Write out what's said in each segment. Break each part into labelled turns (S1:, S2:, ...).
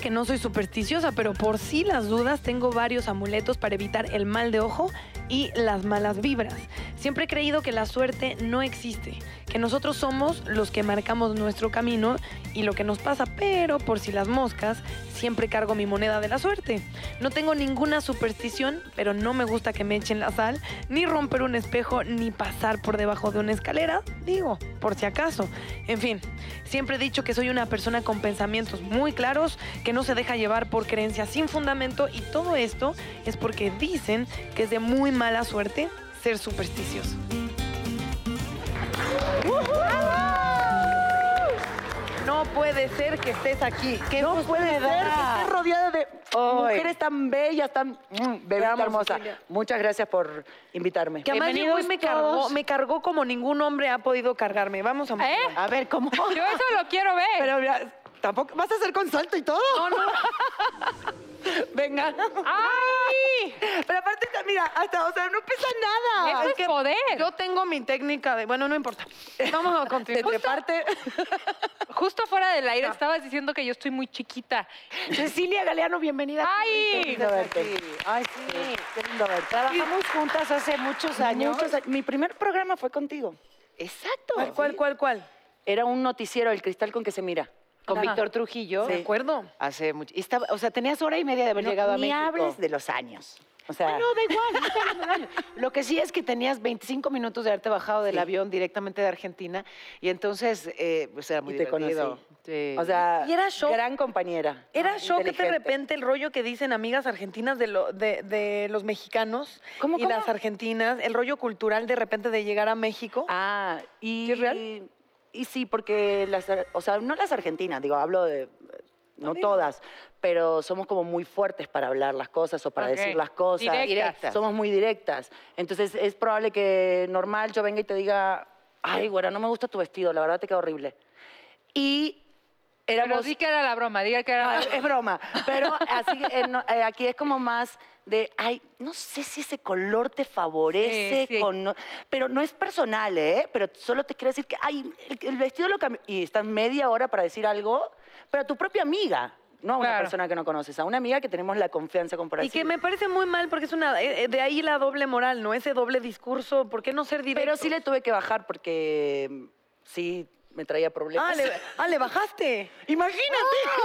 S1: que no soy supersticiosa, pero por si sí las dudas tengo varios amuletos para evitar el mal de ojo y las malas vibras. Siempre he creído que la suerte no existe, que nosotros somos los que marcamos nuestro camino y lo que nos pasa, pero por si las moscas, siempre cargo mi moneda de la suerte. No tengo ninguna superstición, pero no me gusta que me echen la sal, ni romper un espejo, ni pasar por debajo de una escalera, digo, por si acaso. En fin, siempre he dicho que soy una persona con pensamientos muy claros, que no se deja llevar por creencias sin fundamento y todo esto es porque dicen que es de muy mala suerte ser supersticioso. No puede ser que estés aquí. ¿Qué
S2: No puede ser que
S1: enfermedad?
S2: estés rodeada de
S3: Ay.
S2: mujeres tan bellas, tan mm, bebita
S3: amo,
S2: hermosa.
S3: Cecilia.
S2: Muchas gracias por invitarme.
S1: Que además llegó y me cargó, me cargó como ningún hombre ha podido cargarme. Vamos a
S4: ¿Eh?
S2: A ver, ¿cómo?
S4: Yo eso lo quiero ver.
S2: Pero mira, tampoco vas a hacer con salto y todo.
S1: No, no.
S2: Venga.
S4: ¡Ay!
S2: Pero aparte, mira, hasta, o sea, no pesa nada.
S4: Eso es poder.
S1: Yo tengo mi técnica de. Bueno, no importa. Vamos a
S2: Te
S1: continuar.
S2: treparte.
S4: Justo fuera del aire estabas diciendo que yo estoy muy chiquita.
S2: Cecilia Galeano, bienvenida.
S4: ¡Ay!
S2: Qué lindo verte. Ay, sí. Qué lindo verte. Trabajamos juntas hace muchos
S3: años.
S2: Mi primer programa fue contigo.
S3: Exacto.
S1: ¿Cuál, cuál, cuál? cuál?
S2: Era un noticiero, El Cristal con que se mira.
S3: Con
S1: Ajá.
S3: Víctor Trujillo.
S1: ¿De acuerdo?
S2: Ah,
S3: Hace mucho. y estaba- o sea, tenías hora y media de haber No, llegado a ni
S2: México.
S3: hables de los años.
S2: O sea,
S3: Ah, no, da igual. no estoy hablando de años. Lo que sí es que tenías 25 minutos de haberte bajado del
S2: Sí.
S3: avión directamente de Argentina y entonces, eh, pues era muy
S2: te
S3: divertido.
S2: conocí.
S3: Sí.
S2: o sea,
S1: Y era shock.
S2: gran compañera.
S1: Era shock de
S2: inteligente.
S1: repente el rollo que dicen amigas argentinas de, lo- de- de los mexicanos
S2: ¿Cómo,
S1: y
S2: cómo?
S1: las argentinas, el rollo cultural de repente de llegar a México.
S2: Ah, y
S1: ¿Sí es real?
S2: Y, sí, porque las, ar- o sea, no las argentinas, digo, hablo de eh, no
S1: Amigo.
S2: todas, pero somos como muy fuertes para hablar las cosas o para
S4: Ok.
S2: decir las cosas.
S4: Directas. Directas.
S2: Somos muy directas. Entonces es probable que normal yo venga y te diga, ay, güera, no me gusta tu vestido, la verdad te queda horrible. Y
S4: Pero
S2: éramos
S4: sí que era la broma, diga que era
S2: Ah,
S4: la
S2: es broma, pero así, eh, no, eh, aquí es como más de, ay, no sé si ese color te favorece,
S4: Sí, sí.
S2: con no- pero no es personal, ¿eh? Pero solo te quiero decir que, ay, el, el vestido lo cambió, y estás media hora para decir algo, pero a tu propia amiga, no a una
S4: Claro.
S2: persona que no conoces, a una amiga que tenemos la confianza con por
S1: y
S2: así.
S1: que me parece muy mal porque es una. eh, eh, De ahí la doble moral, ¿no? Ese doble discurso. ¿Por qué no ser directo?
S2: Pero sí le tuve que bajar porque mm, sí me traía problemas.
S1: Ah, le, ah, le bajaste.
S2: Imagínate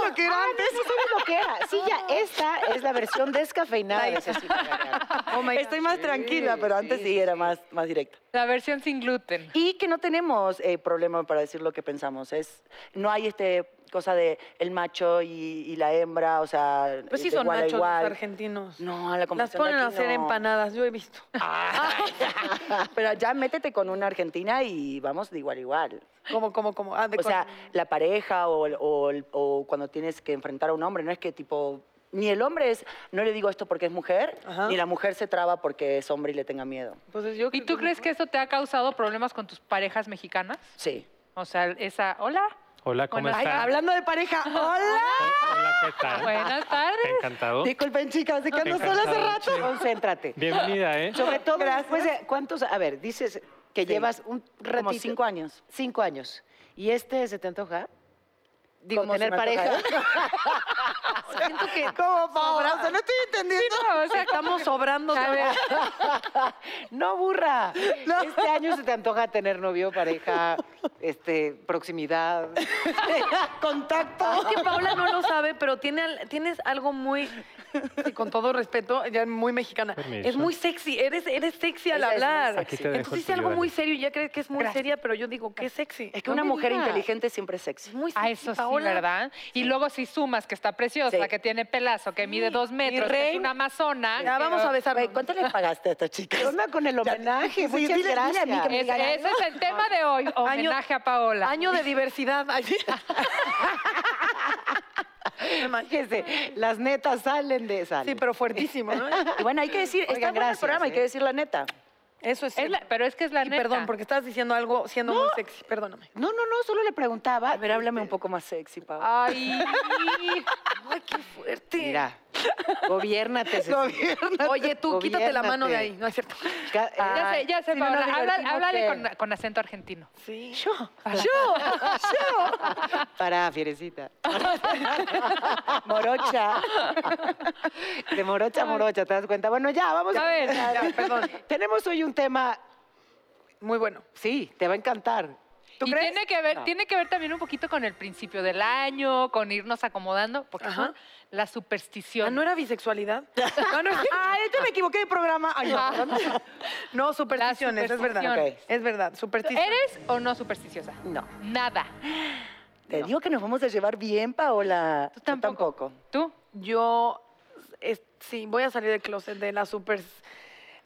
S2: lo que era antes.
S3: No sabes lo que era. Sí,
S2: Ah.
S3: ya, esta es la versión descafeinada de Cecilia Gallardo.
S2: Estoy más tranquila, pero antes sí, era más, más directa.
S4: La versión sin gluten.
S2: Y que no tenemos eh, problema para decir lo que pensamos. Es, no hay este cosa de el macho y, y la hembra, o sea,
S1: Pues sí,
S2: de
S1: son
S2: igual a
S1: machos los
S2: igual.
S1: argentinos.
S2: No, la
S1: Las
S2: comparación de
S1: ponen a
S2: aquí
S1: hacer
S2: no.
S1: empanadas, yo he visto.
S2: Pero ya métete con una argentina y vamos de igual a igual.
S1: Como, como, como. Ah, de
S2: O sea,
S1: con-
S2: la pareja o, el- o el- o cuando tienes que enfrentar a un hombre, no es que tipo, ni el hombre es, no le digo esto porque es mujer,
S1: Ajá.
S2: ni la mujer se traba porque es hombre y le tenga miedo.
S1: Pues yo
S4: ¿Y
S1: creo
S4: tú crees que eso te ha causado problemas con tus parejas mexicanas?
S2: Sí.
S4: O sea, esa. Hola.
S5: Hola, ¿cómo
S4: Buenas-
S5: estás?
S4: Ay,
S2: hablando de pareja, hola.
S5: Hola, ¿qué tal?
S4: Buenas tardes.
S5: Encantado.
S2: Disculpen, chicas, de que ando sola hace
S5: Encantado,
S2: rato.
S5: sí.
S3: Concéntrate.
S5: Bienvenida, ¿eh?
S3: Sobre todo después de cuántos, a ver, dices que
S2: Sí.
S3: llevas un ratito.
S2: Como cinco años.
S3: Cinco años. ¿Y este se te antoja? Digo,
S2: ¿Cómo se
S3: tener
S2: me ¿eh?
S3: pareja.
S2: Siento que. ¿Cómo, Paola? O sea, no estoy entendiendo.
S4: No, o sea,
S1: Estamos sobrando.
S4: a ver,
S3: no burra. Este año se te antoja tener novio, pareja, este, proximidad.
S1: Es que Paula no lo sabe, pero tiene, al- tienes algo muy, y con todo respeto, ya muy mexicana.
S5: Permiso.
S1: Es muy sexy, eres, eres sexy al
S2: Ella es muy
S1: hablar.
S5: sexy. Aquí te dejo
S1: Entonces
S5: el
S1: dice algo
S5: celular.
S1: muy serio y ya crees que es muy seria, pero yo digo, ¿qué sexy?
S2: Es que
S3: No
S2: una
S3: me
S2: mujer
S3: digas.
S2: inteligente siempre es
S1: Es
S2: sexy.
S1: muy sexy.
S4: a eso sí,
S1: Paola.
S4: ¿verdad? Y luego si sumas que está preciosa,
S2: Sí.
S4: que tiene pelazo, que mide dos metros, que es
S1: reina.
S4: una amazona.
S1: Ya, vamos a besar.
S2: Güey, ¿Cuánto les pagaste a estas
S3: ¿Qué
S2: chicas?
S3: onda con el homenaje?
S2: Sí,
S3: Muchas
S2: dile- dile a mí
S3: gracias.
S2: que me
S4: Es- ese es el tema de hoy, homenaje a Paola.
S1: Año de diversidad. Ay, sí.
S3: Fíjese, las netas salen de esa.
S1: Sí, pero fuertísimo, ¿no?
S2: Y bueno, hay que decir, está
S3: Oigan,
S2: bueno el
S3: gracias,
S2: programa, hay
S3: ¿eh?
S2: que decir la neta.
S1: Eso es,
S4: Es la-
S1: cierto.
S4: pero es que es la
S1: Y
S4: neta.
S1: perdón, porque estás diciendo algo siendo muy sexy. Perdóname.
S3: No, no, no, solo le preguntaba.
S4: Ah,
S2: A ver, háblame un poco más sexy, Paola.
S4: Ay,
S1: Ay, qué fuerte.
S3: Mira, Gobiernate.
S2: Gobiernate.
S1: Oye, tú, quítate la mano de ahí. No es cierto.
S3: eh,
S4: Ya sé, ya sé, Paola. habla- háblale con,
S3: la...
S4: con acento argentino.
S1: Sí.
S3: Yo, Para, fierecita. morocha. De morocha a morocha, ¿te das cuenta? Bueno, ya, vamos.
S4: A ver,
S3: ya, perdón. Tenemos hoy un tema,
S1: Muy bueno.
S3: sí, te va a encantar. ¿Tú
S4: y
S3: crees?
S4: tiene que ver,
S3: No.
S4: tiene que ver también un poquito con el principio del año, con irnos acomodando, porque
S1: Ajá.
S4: son las
S1: Ah,
S4: supersticiones.
S1: ¿No era bisexualidad?
S3: Ah, no, ah, este me equivoqué de programa. Ay,
S1: Ah.
S3: no, perdón.
S1: No, supersticiones, es verdad.
S4: supersticiones.
S1: Ok. Es verdad, supersticiones.
S4: ¿Eres o no supersticiosa?
S2: No.
S4: Nada.
S2: Te digo que nos vamos a llevar bien, Paola.
S4: Tú
S2: Yo
S4: tampoco. ¿Tú?
S1: Yo, es- sí, voy a salir del closet de la superstición.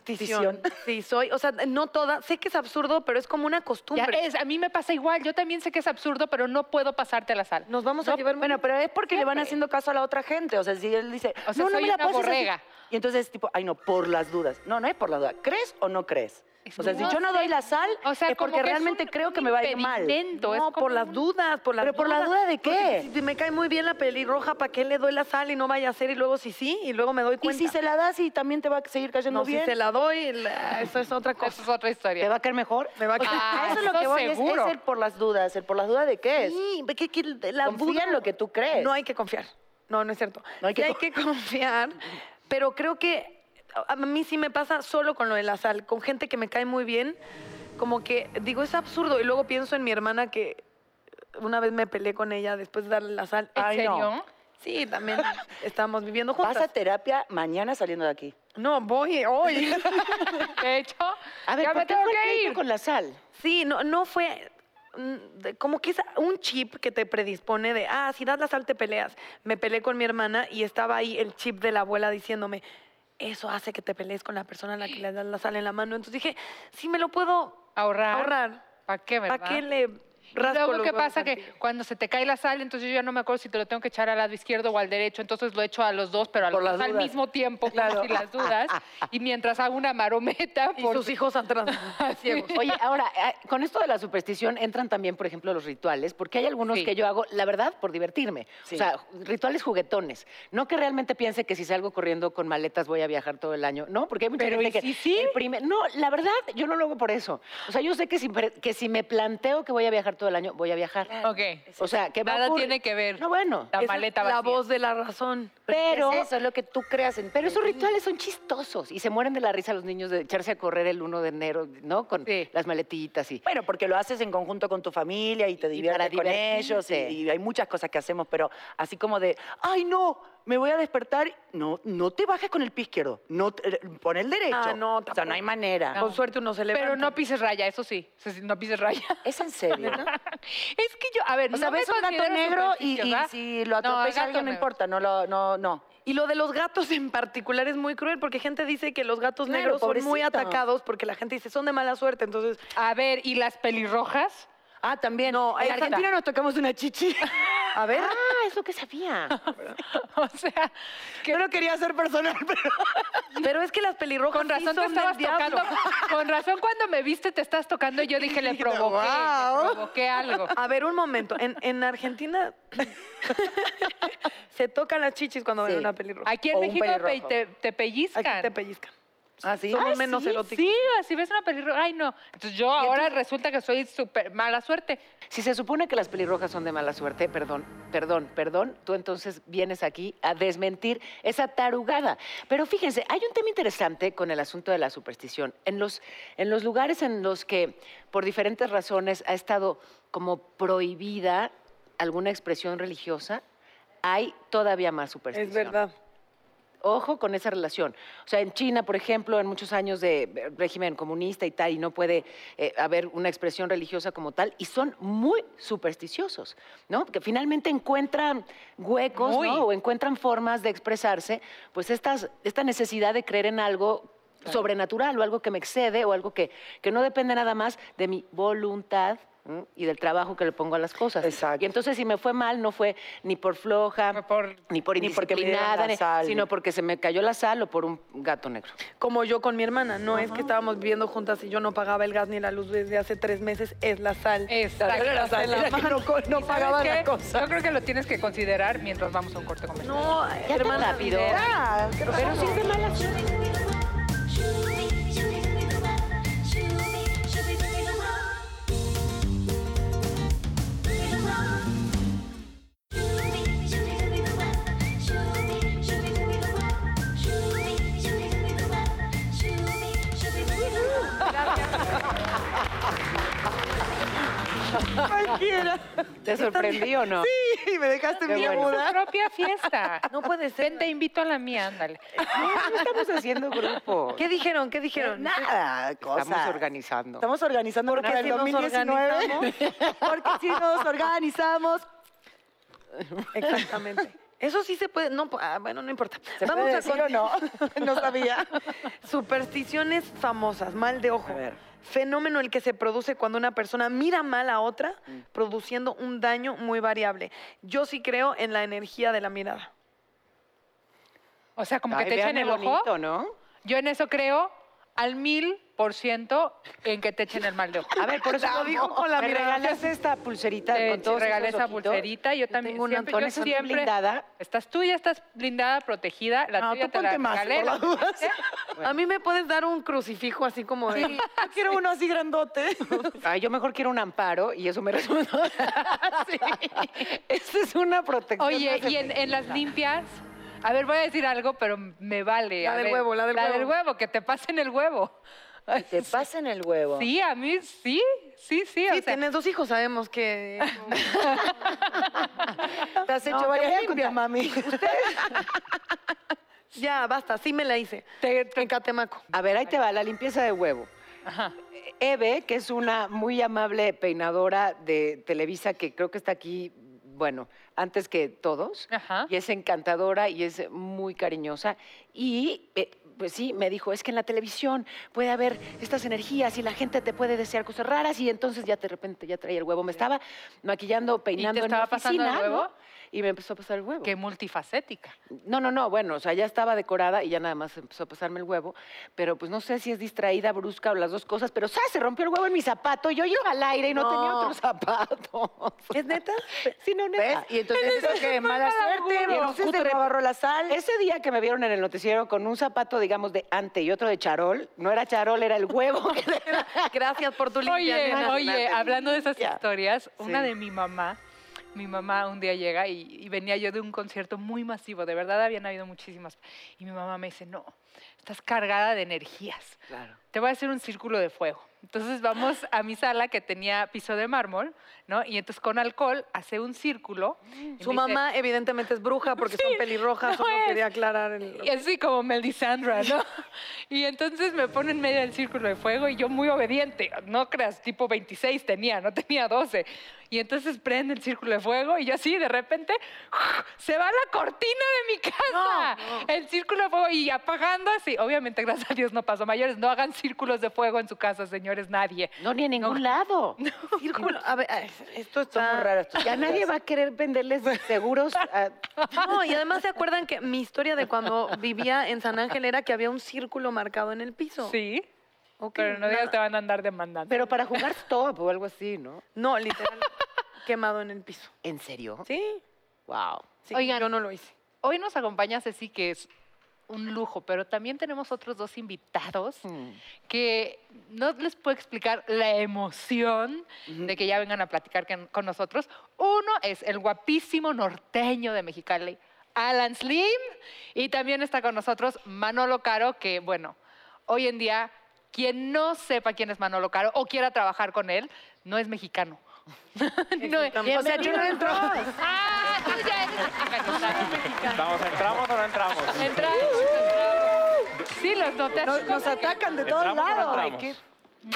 S2: Tición.
S1: Sí, soy, o sea, no toda, sé que es absurdo, pero es como una
S4: Ya
S1: costumbre.
S4: es, a mí me pasa igual. Yo también sé que es absurdo, pero no puedo pasarte a la sal.
S1: Nos vamos a
S2: No,
S1: llevar muy
S2: bueno, pero es porque le van
S4: Siempre.
S2: haciendo caso a la otra gente. O sea, si él dice,
S4: O sea,
S2: no, no
S4: soy
S2: me la
S4: una
S2: pases así".
S4: borrega.
S2: Y entonces, tipo, ay, no, por las dudas. No, no es por las dudas. ¿Crees o no crees? O sea, si yo no doy la sal,
S4: O sea,
S2: es
S4: como
S2: porque
S4: que es
S2: realmente
S4: un-
S2: creo que
S4: un
S2: me va a ir mal.
S4: impedimento, es
S1: No,
S4: como
S1: por las
S4: un-
S1: dudas, por las
S2: ¿Pero por la duda de
S1: Porque
S2: qué?
S1: Si me cae muy bien la pelirroja, ¿para qué le doy la sal y no vaya a ser? Y luego si sí, y luego me doy
S2: Y
S1: cuenta.
S2: si se la das y también te va a seguir cayendo
S1: no,
S2: bien.
S1: si se la doy, la- eso es otra
S4: Esa
S1: cosa.
S4: es otra historia.
S3: ¿Te va a caer mejor?
S1: Me va a quedar.
S4: Ah,
S2: A eso es lo
S4: eso
S2: que voy, es,
S4: seguro.
S2: es el por las dudas. ¿El por las dudas de qué es?
S1: Sí, ve que- que la
S2: Confía
S1: duda-
S2: en lo que tú crees.
S1: No hay que confiar. No, no es cierto.
S2: No hay que
S1: Sí hay
S2: co-
S1: que confiar, pero creo que a a mí sí me pasa solo con lo de la sal, con gente que me cae muy bien, como que digo, es absurdo. Y luego pienso en mi hermana que una vez me peleé con ella después de darle la sal.
S4: ¿En
S1: Ay, no.
S4: serio?
S1: Sí, también estábamos viviendo
S2: Vas a
S1: juntas.
S2: terapia mañana saliendo de aquí.
S1: No, voy hoy.
S4: De hecho,
S3: A ver,
S4: ya
S3: ¿por
S4: me
S3: qué
S4: tengo
S3: fue el
S4: que
S3: pleito
S4: ir.
S3: con la sal?
S1: Sí, no, no fue. mm, de- Como que es un chip que te predispone de, ah, si das la sal te peleas. Me peleé con mi hermana y estaba ahí el chip de la abuela diciéndome, eso hace que te pelees con la persona a la que le das la sal en la mano. Entonces dije, sí, me lo puedo
S4: Ahorrar.
S1: ahorrar.
S4: ¿Para qué, verdad?
S1: ¿Para qué le rasco
S4: Luego,
S1: los
S4: ¿qué
S1: huevos
S4: pasa?
S1: al
S4: Que
S1: tigre?
S4: cuando se te cae la sal, entonces yo ya no me acuerdo si te lo tengo que echar al lado izquierdo o al derecho, entonces lo echo a los dos, pero a los
S2: Por las
S4: dos al
S2: dudas.
S4: mismo tiempo, claro. si las dudas, y mientras hago una marometa,
S1: Y
S4: por
S1: sus hijos atrás, ciegos.
S3: Oye, ahora, ah, con esto de la superstición entran también, por ejemplo, los rituales, porque hay algunos
S4: Sí.
S3: que yo hago, la verdad, por divertirme.
S2: Sí.
S3: O sea, rituales juguetones. No que realmente piense que si salgo corriendo con maletas voy a viajar todo el año. No, porque hay mucha
S4: Pero,
S3: gente
S4: ¿y
S3: que.
S4: si sí?
S3: el primer- no, la verdad, yo no lo hago por eso. O sea, yo sé que si, pre- que si me planteo que voy a viajar todo el año, voy a viajar.
S4: Ok.
S3: O sea, que va a
S4: Nada
S3: ocurrir-
S4: tiene que ver.
S3: No, bueno.
S4: La
S1: Esa es
S4: maleta
S1: la
S4: vacía.
S1: voz de la razón.
S3: Pero.
S2: Es eso es lo que tú creas en
S3: Pero esos rituales son chistosos y se mueren de la risa los niños de echarse a correr el 1 de enero, ¿no? Con
S4: Sí.
S3: las maletitas y...
S2: Bueno, porque lo haces en conjunto con tu familia y te
S3: Y para
S2: diviertes con ellos y,
S3: divertirte.
S2: y hay muchas cosas que hacemos, pero así como de, ay no, me voy a despertar, no, no te bajes con el pie izquierdo, no, te- pon el derecho.
S1: Ah, no,
S2: o sea, no hay manera.
S1: Con suerte uno se levanta.
S4: Pero no pises raya, eso sí. O sea, sí, no pises raya.
S2: Es en serio.
S4: Es que yo, a ver,
S2: O sea,
S4: no me
S2: ves un gato
S4: considero
S2: negro y, y
S4: supersticiosa.
S2: si lo
S4: No, el
S2: atropella
S4: gato
S2: alguien no
S4: negro.
S2: importa, no lo, no, no.
S1: Y lo de los gatos en particular es muy cruel porque gente dice que los gatos
S2: Claro,
S1: negros son muy
S2: pobrecitos.
S1: atacados porque la gente dice son de mala suerte, entonces
S4: A ver, ¿y las pelirrojas?
S2: Ah, también. No,
S1: ahí
S2: en
S1: está.
S2: Argentina nos tocamos una chichi.
S1: a ver,
S3: Ah, es lo que sabía.
S4: O sea, que
S2: Yo no quería ser personal, pero...
S1: pero es que las pelirrojas
S4: con
S1: sí son
S4: razón te
S1: del
S4: estabas
S1: diablo.
S4: tocando. Con razón cuando me viste te estás tocando y yo dije, le provoqué, le provoqué algo.
S1: A ver, un momento, en, en Argentina se tocan las chichis cuando ven
S2: Sí.
S1: una pelirroja.
S4: Aquí en
S2: O un
S4: México pe-
S2: pelirrojo.
S4: te, te pellizcan.
S1: Aquí te pellizcan.
S2: Ah, sí.
S1: Somos
S4: Ay,
S1: menos
S4: sí,
S1: eróticos.
S4: Sí, si ves una pelirroja, ay no. Entonces yo ahora resulta que soy súper mala suerte.
S3: Si se supone que las pelirrojas son de mala suerte, perdón, perdón, perdón, tú entonces vienes aquí a desmentir esa tarugada. Pero fíjense, hay un tema interesante con el asunto de la superstición. En los, en los lugares en los que, por diferentes razones, ha estado como prohibida alguna expresión religiosa, hay todavía más superstición.
S1: Es verdad.
S3: Ojo con esa relación. O sea, en China, por ejemplo, en muchos años de eh, régimen comunista y tal, y no puede eh, haber una expresión religiosa como tal, y son muy supersticiosos, ¿no? Que finalmente encuentran huecos,
S4: Muy.
S3: ¿no? O encuentran formas de expresarse, pues estas, esta necesidad de creer en algo sobrenatural o algo que me excede o algo que, que no depende nada más de mi voluntad ¿m? y del trabajo que le pongo a las cosas.
S2: Exacto.
S3: Y entonces si me fue mal, no fue ni por floja,
S4: Fue por-
S3: ni por
S2: ni porque me dieron
S3: indisciplinada,
S2: la
S3: ni-
S2: sal.
S3: sino porque se me cayó la sal o por un gato negro.
S1: Como yo con mi hermana, no es que estábamos viviendo juntas y yo no pagaba el gas ni la luz desde hace tres meses, es la sal.
S4: Exacto.
S1: La sal en la
S2: Era que
S1: mano.
S2: no, co- no pagaba
S4: ¿Sabes
S2: la
S4: qué?
S2: cosa.
S4: Yo creo que lo tienes que considerar mientras vamos a un corte comercial.
S1: No,
S3: Ya tan
S1: hermana,
S3: rápido.
S1: video.
S2: Ah, ¿qué pasó?
S3: ¿Te sorprendí o no?
S2: Sí, me dejaste
S3: Qué
S2: mi
S3: bueno.
S4: Tu
S2: muda.
S4: propia fiesta.
S1: No puede ser.
S4: Ven, te invito a la mía, ándale.
S3: No, no estamos haciendo grupo.
S1: ¿Qué dijeron? ¿Qué dijeron?
S2: Nada, cosa.
S3: Estamos organizando.
S2: Estamos organizando
S1: ¿Por qué
S2: para el
S1: si nos
S2: 2019. Porque si nos organizamos.
S1: Exactamente. Eso sí se puede. No, ah, bueno, no importa.
S2: ¿Se puede decir
S1: con-
S2: o no? No sabía.
S1: Supersticiones famosas, mal de ojo.
S2: A ver.
S1: Fenómeno el que se produce cuando una persona mira mal a otra,
S2: Mm.
S1: produciendo un daño muy variable. Yo sí creo en la energía de la mirada.
S4: O sea, como
S3: Ay,
S4: que te
S3: vean
S4: echen
S3: qué
S4: el ojo.
S3: bonito, ¿no?
S4: Yo en eso creo al mil por ciento en que te echen el mal de ojo.
S3: A ver, por eso
S1: La
S3: me-
S1: dijo con la
S3: me
S1: mirada.
S3: regalas esta pulserita
S4: Te
S3: con todos
S4: regalé
S3: esos
S4: esa
S3: ojitos?
S4: pulserita, yo también
S3: tengo una
S4: siempre-
S3: con
S4: yo
S3: esa
S4: siempre-
S3: blindada.
S4: Estás tú, ya estás blindada, protegida. La
S2: No,
S4: tuya
S2: tú
S4: te la
S2: ponte más,
S4: regalé,
S2: por
S4: la
S2: las dudas.
S4: tuviste.
S1: A mí me puedes dar un crucifijo así como de-
S2: Yo quiero uno así grandote.
S3: Ay, yo mejor quiero un amparo y eso me resuelve. Esta es una protección.
S4: Oye,
S3: más
S4: y en, en las limpias, a ver, voy a decir algo, pero me vale.
S1: La
S4: a
S1: del
S4: ver,
S1: huevo, la del huevo.
S4: que te pasen el huevo.
S2: Te pasen el huevo.
S4: Sí, a mí sí, sí, sí. o
S1: Sí,
S4: sea,
S1: tienes dos hijos, sabemos que.
S2: Te has hecho
S3: te voy a
S2: varias
S3: contar.
S2: limpias, mami.
S1: ya, basta, sí me la hice. En Catemaco.
S3: A ver, ahí te va, la limpieza de huevo.
S4: ajá.
S3: Eve, que es una muy amable peinadora de Televisa, que creo que está aquí, bueno, antes que todos,
S4: Ajá.
S3: y es encantadora y es muy cariñosa. Y eh, pues sí, me dijo, es que en la televisión puede haber estas energías y la gente te puede desear cosas raras y entonces ya de repente ya traía el huevo. Me estaba maquillando, peinando en mi
S4: estaba pasando el
S3: oficina,
S4: huevo?
S3: ¿no? Y me empezó a pasar el huevo.
S4: Qué multifacética.
S3: No, no, no, bueno, o sea, ya estaba decorada y ya nada más empezó a pasarme el huevo, pero pues no sé si es distraída, brusca o las dos cosas, pero ¡zas! se rompió el huevo en mi zapato, yo iba al aire y no, tenía
S1: No.
S3: otro zapato.
S1: ¿Es neta?
S3: Sí, no,
S2: ¿Ves?
S3: neta.
S2: Y entonces eso que mala suerte.
S3: huevo.
S2: Y entonces
S3: Justo
S2: te
S3: rep-
S2: agarró la sal.
S3: Ese día que me vieron en el noticiero con un zapato, digamos, de ante y otro de charol, no era charol, era el huevo.
S1: Gracias por tu limpia.
S4: Oye,
S1: nena.
S4: oye, hablando de esas
S3: Ya.
S4: historias, una
S3: Sí.
S4: de mi mamá, mi mamá un día llega y, y venía yo de un concierto muy masivo, de verdad habían habido muchísimas. Y mi mamá me dice, no, estás cargada de energías,
S3: claro.
S4: te voy a hacer un círculo de fuego. Entonces vamos a mi sala que tenía piso de mármol, ¿no? Y entonces con alcohol hace un círculo. y
S1: Su
S4: me dice,
S1: mamá evidentemente es bruja porque son pelirrojas,
S4: no
S1: solo
S4: es.
S1: quería aclarar el...
S4: Y así como Melisandra, ¿no? Y entonces me pone en medio del círculo de fuego y yo muy obediente, no creas, tipo 26 tenía, no tenía 12. Y entonces prende el círculo de fuego y yo así de repente se va la cortina de mi casa. El círculo de fuego y apagando así. Obviamente, gracias a Dios no pasó mayores. No hagan círculos de fuego en su casa, señores, nadie.
S3: No, ni en ningún lado.
S1: Círculo. A ver, ay, esto
S2: Son muy
S1: está...
S2: raras tus
S3: Ya
S2: ideas.
S3: nadie va a querer venderles seguros. ah, a-
S1: No, y además se acuerdan que mi historia de cuando vivía en San Ángel era que había un círculo marcado en el piso.
S4: Sí,
S1: Ok,
S4: pero no digas te
S1: nada.
S4: van a andar demandando.
S3: Pero para jugar stop o algo así, ¿no?
S1: No, literal, quemado en el piso.
S3: ¿En serio?
S1: Sí,
S3: Wow.
S1: sí,
S4: Oigan.
S1: yo no lo hice.
S4: Hoy nos acompaña Ceci, que es un lujo, pero también tenemos otros dos invitados
S2: Hmm.
S4: que no les puedo explicar la emoción de que ya vengan a platicar con, con nosotros. Uno es el guapísimo norteño de Mexicali, Alan Slim, y también está con nosotros Manolo Caro, que bueno, hoy en día quien no sepa quién es Manolo Caro o quiera trabajar con él, no es mexicano. no, es-
S1: Exactamente.
S4: o sea, yo no
S1: Bienvenidos.
S4: entro. Ah, tú ya eres mexicano, ¿sabes?
S5: Vamos, ¿entramos o no entramos?
S1: Uh.
S4: Entramos, entramos. Sí, los noté así
S2: Nos,
S4: como
S2: nos
S4: que-
S2: atacan de todos
S5: ¿Entramos o no
S2: lados.
S5: entramos?
S2: Ay, qué-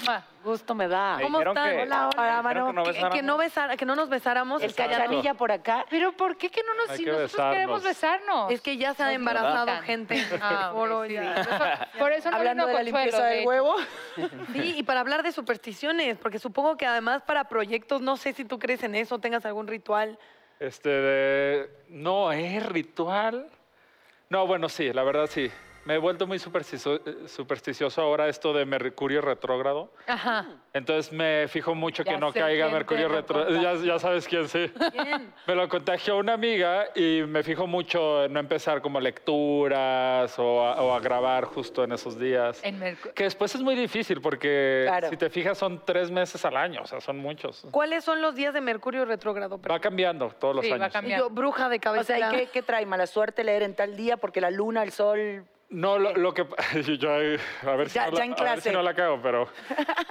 S4: ¡Mua!
S3: Gusto me da.
S5: Me
S1: ¿Cómo
S5: dijeron
S1: están?
S5: que-
S1: Hola, hola.
S5: me dijeron
S3: Manu,
S5: que no
S1: Que- que, no
S5: besáramos.
S1: besara- que no nos besáramos.
S3: El
S1: Es que, ya,
S5: Exacto.
S3: calladilla por acá.
S4: Pero ¿por qué que no nos
S5: Hay
S4: si
S5: que
S4: nosotros queremos besarnos?
S1: es que ya se ha
S4: Nos
S1: embarazado
S4: invitan.
S1: gente.
S4: Ah, ok,
S1: Oro
S4: sí,
S1: ya.
S4: por eso- Por eso no
S2: Hablando de
S4: vino
S2: la
S4: Consuelo,
S2: limpieza
S4: de
S2: del
S4: hecho.
S2: huevo.
S1: Sí, y para hablar de supersticiones, porque supongo que además para proyectos, no sé si tú crees en eso, tengas algún ritual.
S5: Este, de- no, es ritual. No, bueno, sí, la verdad sí. Me he vuelto muy supersticio- eh, supersticioso ahora esto de Mercurio retrógrado.
S4: Ajá.
S5: Entonces me fijo mucho
S4: Ya
S5: que no
S4: sé
S5: caiga
S4: quién te
S5: Mercurio
S4: lo
S5: retrógrado. Ya, ya sabes quién, sí.
S1: Bien.
S5: Me lo contagió una amiga y me fijo mucho en no empezar como lecturas o a, o a grabar justo en esos días.
S4: En Mercu-
S5: Que después es muy difícil porque
S2: Claro.
S5: si te fijas son tres meses al año, o sea, son muchos.
S1: ¿Cuáles son los días de Mercurio retrógrado?
S5: Va cambiando todos los
S4: Sí, va
S5: años.
S4: cambiando.
S1: Y yo, bruja de
S4: Pues
S2: O sea,
S1: cabecera.
S2: ¿y qué, qué trae? ¿Mala suerte leer en tal día porque la luna, el sol...
S5: No, lo, lo que... yo ahí- a ver si
S2: Ya-
S5: no la-
S2: ya en
S5: a ver si
S2: clase.
S5: no la cago, pero...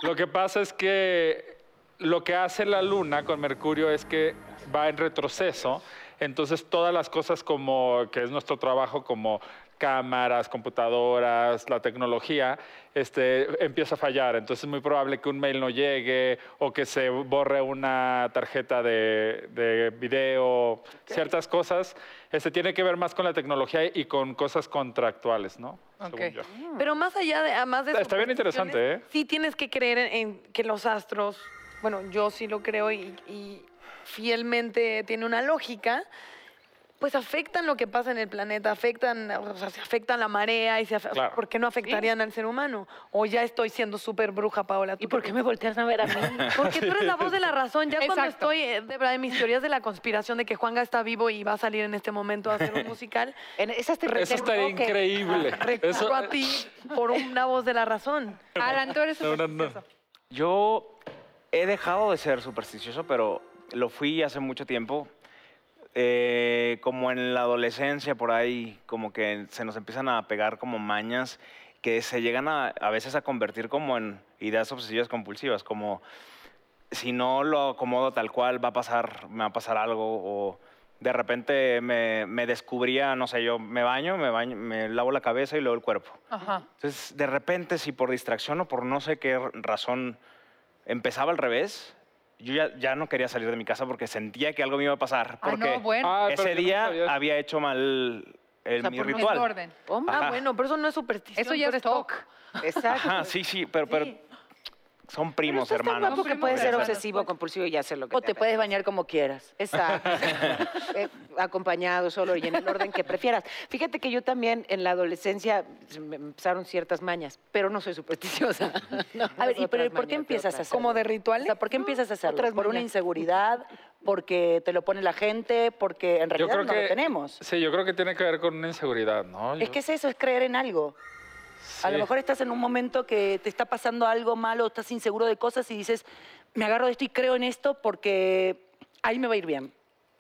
S5: Lo que pasa es que lo que hace la luna con Mercurio es que va en retroceso, entonces todas las cosas como que es nuestro trabajo como cámaras, computadoras, la tecnología, este, empieza a fallar. Entonces es muy probable que un mail no llegue o que se borre una tarjeta de, de video, ciertas cosas. Este, tiene que ver más con la tecnología y con cosas contractuales, ¿no?
S4: Ok.
S5: Según yo.
S1: Pero más allá de, además de
S5: Está- está bien
S1: supersticiones,
S5: interesante, ¿eh?
S1: Sí tienes que creer en, en que los astros, bueno, yo sí lo creo y, y fielmente tiene una lógica, pues afectan lo que pasa en el planeta, afectan, o sea, se afectan la marea y se afectan,
S5: Claro.
S1: ¿por qué no afectarían al ser humano? O ya estoy siendo súper bruja, Paola. ¿tú
S3: ¿Y por
S1: qué
S3: qué me volteas a ver a mí?
S1: Porque tú eres la voz de la razón. Ya cuando
S4: Exacto.
S1: estoy eh, de verdad en mis teorías de la conspiración de que Juanga está vivo y va a salir en este momento a hacer un musical,
S3: En esas te
S5: Eso estaría
S3: recurro que-
S5: increíble.
S1: recurro
S5: Eso-
S1: a ti por una voz de la razón.
S4: Alan, tú eres
S5: No, no, no.
S4: supersticioso.
S6: Yo he dejado de ser supersticioso, pero lo fui hace mucho tiempo. Eh, como en la adolescencia, por ahí, como que se nos empiezan a pegar como mañas que se llegan a, a veces a convertir como en ideas obsesivas compulsivas, como si no lo acomodo tal cual, va a pasar, me va a pasar algo, o de repente me, me descubría, no sé, yo me baño, me baño, me lavo la cabeza y luego el cuerpo.
S4: Ajá.
S6: Entonces, de repente, si por distracción o por no sé qué r- razón empezaba al revés, yo ya, ya no quería salir de mi casa porque sentía que algo me iba a pasar.
S4: Ah,
S6: Porque
S4: no, bueno.
S5: Ah, pero
S6: ese
S5: yo no
S6: día
S5: sabía eso.
S6: había hecho mal el,
S4: O sea,
S6: mi
S4: por un
S6: ritual.
S4: desorden.
S3: Hombre,
S1: Ah,
S6: Ajá.
S1: bueno, pero eso no es superstición.
S4: Eso ya
S1: tú
S4: es
S1: eres
S4: toc.
S3: Exacto.
S6: Ajá, sí, sí, pero, pero son primos,
S3: Pero estás tan
S6: hermanos.
S3: guapo que
S4: Primos,
S3: puedes ser
S4: hermanos.
S3: obsesivo, compulsivo y hacer lo que
S2: O te
S3: apetezca.
S2: puedes bañar como quieras.
S3: Exacto. Eh, acompañado, solo y en el orden que prefieras. Fíjate que yo también en la adolescencia se me empezaron ciertas mañas, pero no soy supersticiosa.
S2: A ver, ¿y pero ¿y por qué empiezas a hacerlo?
S1: ¿Como de
S2: O
S1: rituales?
S2: sea, ¿por qué empiezas a hacerlo?
S3: otras
S2: ¿Por una
S3: mañas.
S2: inseguridad? ¿Porque te lo pone la gente? Porque en
S5: Yo
S2: realidad
S5: creo
S2: no
S5: que
S2: lo tenemos.
S5: Sí, yo creo que tiene que ver con una inseguridad, ¿no?
S2: Es
S5: Yo-
S2: que es eso, es creer en algo. A
S5: sí.
S2: lo mejor estás en un momento que te está pasando algo malo, estás inseguro de cosas y dices, me agarro de esto y creo en esto porque ahí me va a ir bien.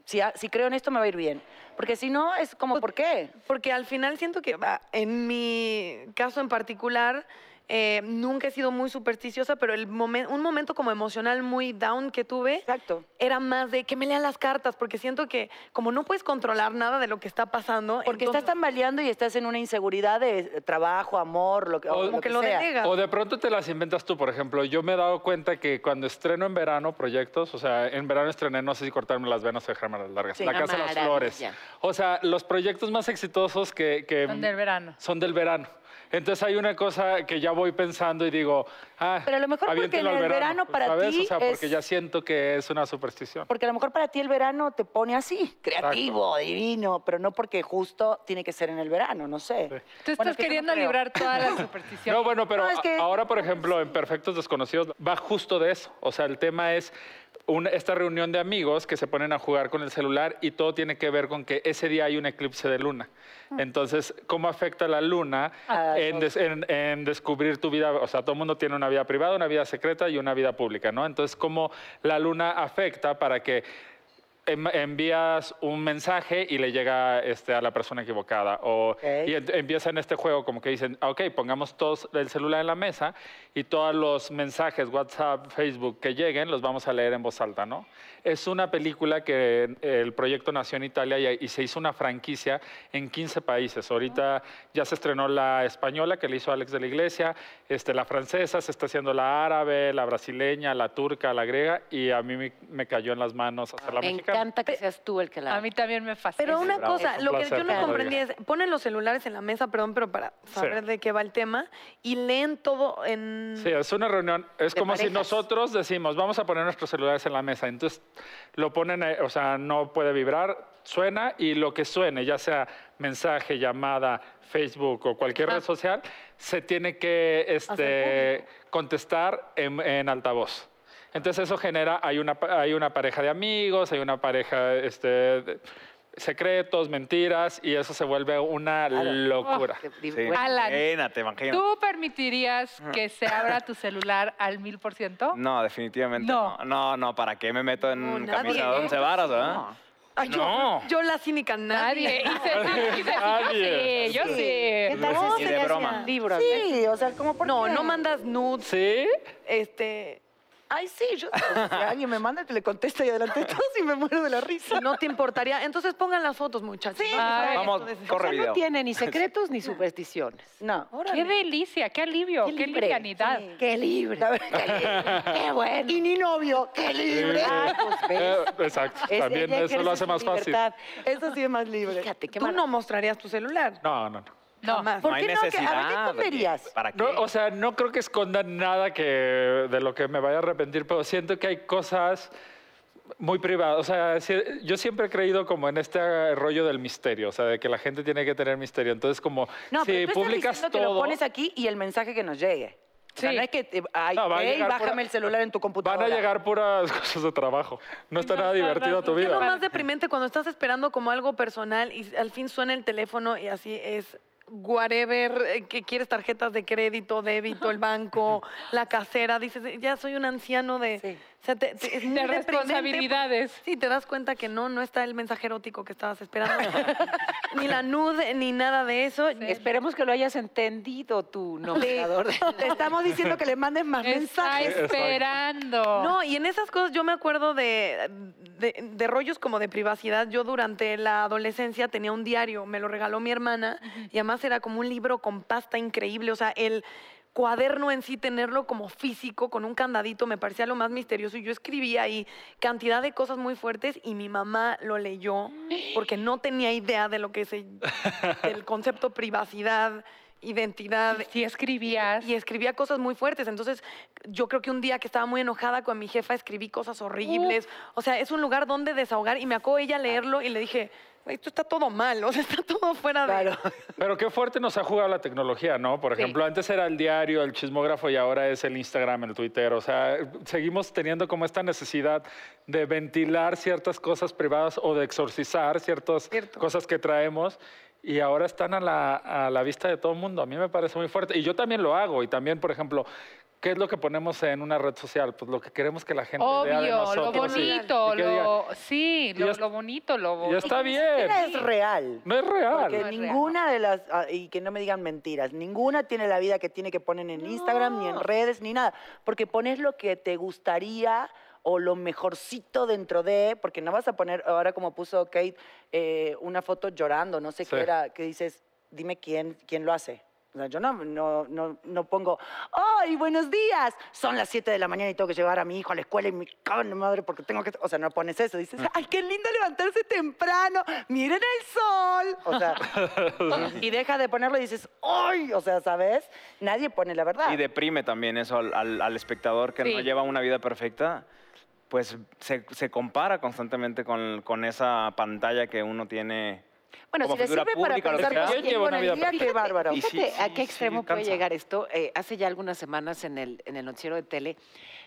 S2: Si, a- si creo en esto, me va a ir bien. Porque si no, es como, ¿por qué?
S1: Porque al final siento que va, en mi caso en particular eh, nunca he sido muy supersticiosa, pero el momen- un momento como emocional muy down que tuve
S2: Exacto.
S1: era más de que me lean las cartas, porque siento que como no puedes controlar nada de lo que está pasando,
S2: Porque
S1: entonces-
S2: estás tambaleando y estás en una inseguridad de eh, trabajo, amor, lo que, o
S5: O-
S2: lo
S1: como que lo
S2: sea.
S1: delegas.
S5: O de pronto te las inventas tú, por ejemplo. Yo me he dado cuenta que cuando estreno en verano proyectos, o sea, en verano estrené, no sé si cortarme las venas o dejarme las largas,
S2: Sí.
S5: La
S3: Una
S5: Casa de las Flores.
S3: maravilla.
S5: O sea, los proyectos más exitosos que... que
S4: Son del verano.
S5: son del verano. Entonces hay una cosa que ya voy pensando y digo, ah,
S2: Pero a lo mejor porque
S5: aviéntelo
S2: en
S5: al
S2: el verano para
S5: ¿sabes?
S2: ti
S5: O sea, porque
S2: es-
S5: ya siento que es una superstición.
S2: Porque a lo mejor para ti el verano te pone así, creativo, divino, pero no porque justo tiene que ser en el verano, no sé.
S4: Tú estás
S2: Bueno, es que yo no
S4: queriendo
S2: creo.
S4: librar todas las supersticiones.
S5: No, bueno, pero
S2: No, es
S5: a-
S2: que- pues,
S5: ahora, por ejemplo, en Perfectos Desconocidos va justo de eso. O sea, el tema es un- esta reunión de amigos que se ponen a jugar con el celular y todo tiene que ver con que ese día hay un eclipse de luna. Entonces, ¿cómo afecta la luna
S2: Ah,
S5: en, des- en- en descubrir tu vida? O sea, todo el mundo tiene una vida privada, una vida secreta y una vida pública, ¿no? Entonces, ¿cómo la luna afecta para que em- envías un mensaje y le llega este, a la persona equivocada. O, Y ent- empieza en este juego como que dicen, ok, pongamos todos el celular en la mesa y todos los mensajes, WhatsApp, Facebook que lleguen, los vamos a leer en voz alta, ¿no? Es una película que eh, el proyecto nació en Italia y, y se hizo una franquicia en 15 países. Ahorita ya se estrenó la española que le hizo Alex de la Iglesia, este, la francesa, se está haciendo la árabe, la brasileña, la turca, la griega y a mí me, me cayó en las manos hacer la
S3: Me
S5: mexicana.
S3: encanta que seas tú el que la...
S4: A mí también me fascina.
S1: Pero una
S6: bravo.
S1: cosa,
S5: Es un
S1: lo que yo
S5: placer,
S1: no
S5: como
S1: comprendí es, ponen los celulares en la mesa, perdón, pero para saber de qué va el tema, y leen todo en...
S5: Sí, es una reunión. Es
S3: De
S5: como si
S3: parejas.
S5: nosotros decimos, vamos a poner nuestros celulares en la mesa. Entonces lo ponen, eh, o sea, no puede vibrar, suena y lo que suene, ya sea mensaje, llamada, Facebook o
S3: Ah.
S5: cualquier red social, se tiene que este, contestar en, en altavoz. Entonces eso genera, hay una, pa- hay una pareja de amigos, hay una pareja este, de secretos, mentiras, y eso se vuelve una locura.
S3: Te- di-
S6: Sí.
S3: bueno,
S4: Alan.
S6: Imagínate, imagínate.
S4: ¿Tú permitirías que se abra tu celular al mil por ciento?
S6: No, definitivamente
S4: No.
S6: no. no. No, ¿para qué me meto en
S1: No,
S6: camisa de
S1: nadie.
S6: once varas, ¿verdad?
S3: no.
S1: Ay, yo,
S5: No.
S1: yo la cínica, nadie.
S4: Nadie. Y Ceci- y Ceci,
S5: Nadie.
S4: yo sí, yo sí.
S2: No,
S6: Y de broma.
S2: libros. Sí, o sea, como por
S1: No,
S2: qué?
S1: no mandas nudes,
S5: ¿Sí?
S1: este...
S2: Ay, sí, yo. o sea, si alguien me manda, te le contesta y adelante todos y me muero de la risa.
S1: No te importaría. Entonces pongan las fotos, muchachos.
S2: Sí,
S1: Vamos a ver
S6: Vamos,
S1: esto desde-
S3: O sea,
S6: corre video.
S3: no tiene ni secretos ni supersticiones.
S2: No.
S4: Qué delicia, qué alivio, qué,
S3: libre.
S4: livianidad.
S3: Sí. Qué libre.
S2: La verdad,
S3: Qué bueno.
S2: Y ni novio, qué libre.
S3: Ah, pues ves.
S5: Eh, Exacto.
S3: Es-
S5: También
S3: ella
S5: eso
S3: ejerce
S5: lo hace
S3: su
S5: más fácil.
S3: libertad.
S2: Eso sí es más libre.
S3: Fíjate, qué
S1: Tú
S3: mal-
S1: no mostrarías tu celular.
S5: No, no, no.
S4: No,
S1: Jamás.
S2: ¿Por
S6: no hay
S2: qué no? Que- a ver, ¿qué
S6: necesidad. de que-
S2: esconderías?
S6: ¿Para qué?
S5: No, o sea, no creo que escondan nada que, de lo que me vaya a arrepentir, pero siento que hay cosas muy privadas. O sea, si- yo siempre he creído como en este rollo del misterio, o sea, de que la gente tiene que tener misterio. Entonces, como
S2: No,
S5: si
S2: pero tú
S5: publicas
S2: estás diciendo
S5: todo...
S2: que lo pones aquí y el mensaje que nos llegue. O sea,
S4: Sí.
S2: no es que te- ay,
S5: No, va a
S2: ve y
S5: llegar
S2: bájame
S5: pura-
S2: el celular en tu computadora.
S5: Van a llegar puras cosas de trabajo. No está
S4: No,
S5: nada
S4: no, no,
S5: divertido tu
S4: no,
S1: ¿Qué es lo
S5: vida.
S1: más deprimente cuando estás esperando como algo personal y al fin suena el teléfono y así es whatever, eh, que quieres tarjetas de crédito, débito, el banco, la casera, dices, eh, ya soy un anciano de...
S2: Sí.
S1: O sea, te- te- es muy
S4: de
S1: deprimente.
S4: responsabilidades.
S1: Sí, te das cuenta que no, no está el mensaje erótico que estabas esperando. ni la nude, ni nada de eso.
S3: Esperemos que lo hayas entendido tú, nombrador.
S2: Te estamos diciendo que le mandes más
S4: Está
S2: mensajes.
S4: esperando.
S1: No, y en esas cosas yo me acuerdo de, de- de rollos como de privacidad. Yo durante la adolescencia tenía un diario, me lo regaló mi hermana, y además era como un libro con pasta increíble. O sea, el cuaderno en sí, tenerlo como físico, con un candadito, me parecía lo más misterioso. Y yo escribía ahí cantidad de cosas muy fuertes y mi mamá lo leyó porque no tenía idea de lo que es el, el concepto privacidad, identidad,
S4: Si escribías.
S1: y escribía cosas muy fuertes. Entonces, yo creo que un día que estaba muy enojada con mi jefa, escribí cosas horribles. O sea, es un lugar donde desahogar. Y me acabó ella leerlo y le dije, esto está todo mal, o sea, está todo fuera de...
S2: Claro.
S5: Pero qué fuerte nos ha jugado la tecnología, ¿no? Por
S4: Sí.
S5: ejemplo, antes era el diario, el chismógrafo y ahora es el Instagram, el Twitter. O sea, seguimos teniendo como esta necesidad de ventilar ciertas cosas privadas o de exorcizar ciertas
S1: Cierto.
S5: cosas que traemos. Y ahora están a la, a la vista de todo el mundo. A mí me parece muy fuerte. Y yo también lo hago. Y también, por ejemplo, ¿qué es lo que ponemos en una red social? Pues lo que queremos que la gente vea de
S4: Obvio, lo
S5: nosotros. y-
S4: bonito,
S5: y que diga,
S4: lo, sí,
S5: Y ya
S4: lo,
S5: es-
S4: lo bonito, lo
S5: ya
S4: bonito.
S5: está bien.
S2: Era es real.
S5: No es real.
S2: Porque
S4: No es real.
S2: ninguna de las, ah, y que no me digan mentiras, ninguna tiene la vida que tiene que poner en Instagram, ni en redes, ni nada. Porque pones lo que te gustaría o lo mejorcito dentro de, porque no vas a poner, ahora como puso Kate, eh, una foto llorando, no sé
S5: Sí.
S2: qué era, que dices, dime quién, quién lo hace. O sea, yo no, no, no, no pongo, ¡ay, buenos días! Son las 7 de la mañana y tengo que llevar a mi hijo a la escuela y me cago en la madre porque tengo que... O sea, no pones eso. Dices,
S6: Ah.
S2: ¡ay, qué lindo levantarse temprano! ¡Miren el sol! O sea, y deja de ponerlo y dices, ¡ay! O sea, ¿sabes? Nadie pone la verdad.
S6: Y deprime también eso al, al- al espectador que no
S4: Sí.
S6: lleva una vida perfecta, pues se, se compara constantemente con, con esa pantalla que uno tiene.
S3: Bueno,
S6: como
S3: si le
S6: figura
S3: sirve para
S6: pública, lo que
S3: pensar
S6: sea.
S3: cosas,
S5: Yo llevo una vida
S2: Mira qué bárbaro.
S6: Y sí,
S3: Fíjate a
S6: sí,
S3: qué
S6: sí,
S3: extremo puede
S6: cansa.
S3: llegar esto. Eh, hace ya algunas semanas en el, en el noticiero de tele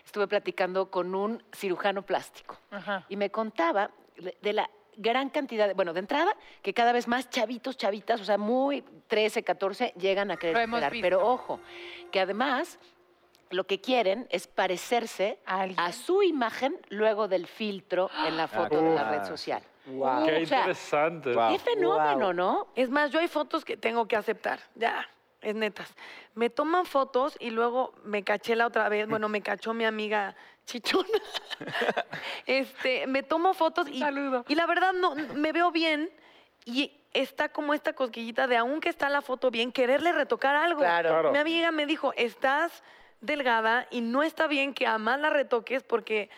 S3: estuve platicando con un cirujano plástico
S4: Ajá.
S3: y me contaba de de la gran cantidad, de, bueno, de entrada, que cada vez más chavitos, chavitas, o sea, muy 13, 14, llegan a querer
S4: Lo hemos
S3: operar.
S4: visto.
S3: Pero ojo, que además lo que quieren es parecerse
S4: Alguien.
S3: a su imagen luego del filtro en la foto de la
S6: Ah, claro.
S3: red social.
S2: Wow.
S5: Qué
S3: O sea,
S5: interesante.
S6: Wow.
S3: Qué fenómeno,
S2: Wow.
S3: ¿no?
S1: Es más, yo hay fotos que tengo que aceptar, ya, es netas. Me toman fotos y luego me caché la otra vez, bueno, me cachó mi amiga chichona. este, me tomo fotos y,
S4: Saludo.
S1: y la verdad no, me veo bien y está como esta cosquillita de aunque está la foto bien, quererle retocar algo.
S2: Claro.
S5: Claro.
S1: Mi amiga me dijo, estás delgada y no está bien que a más la retoques porque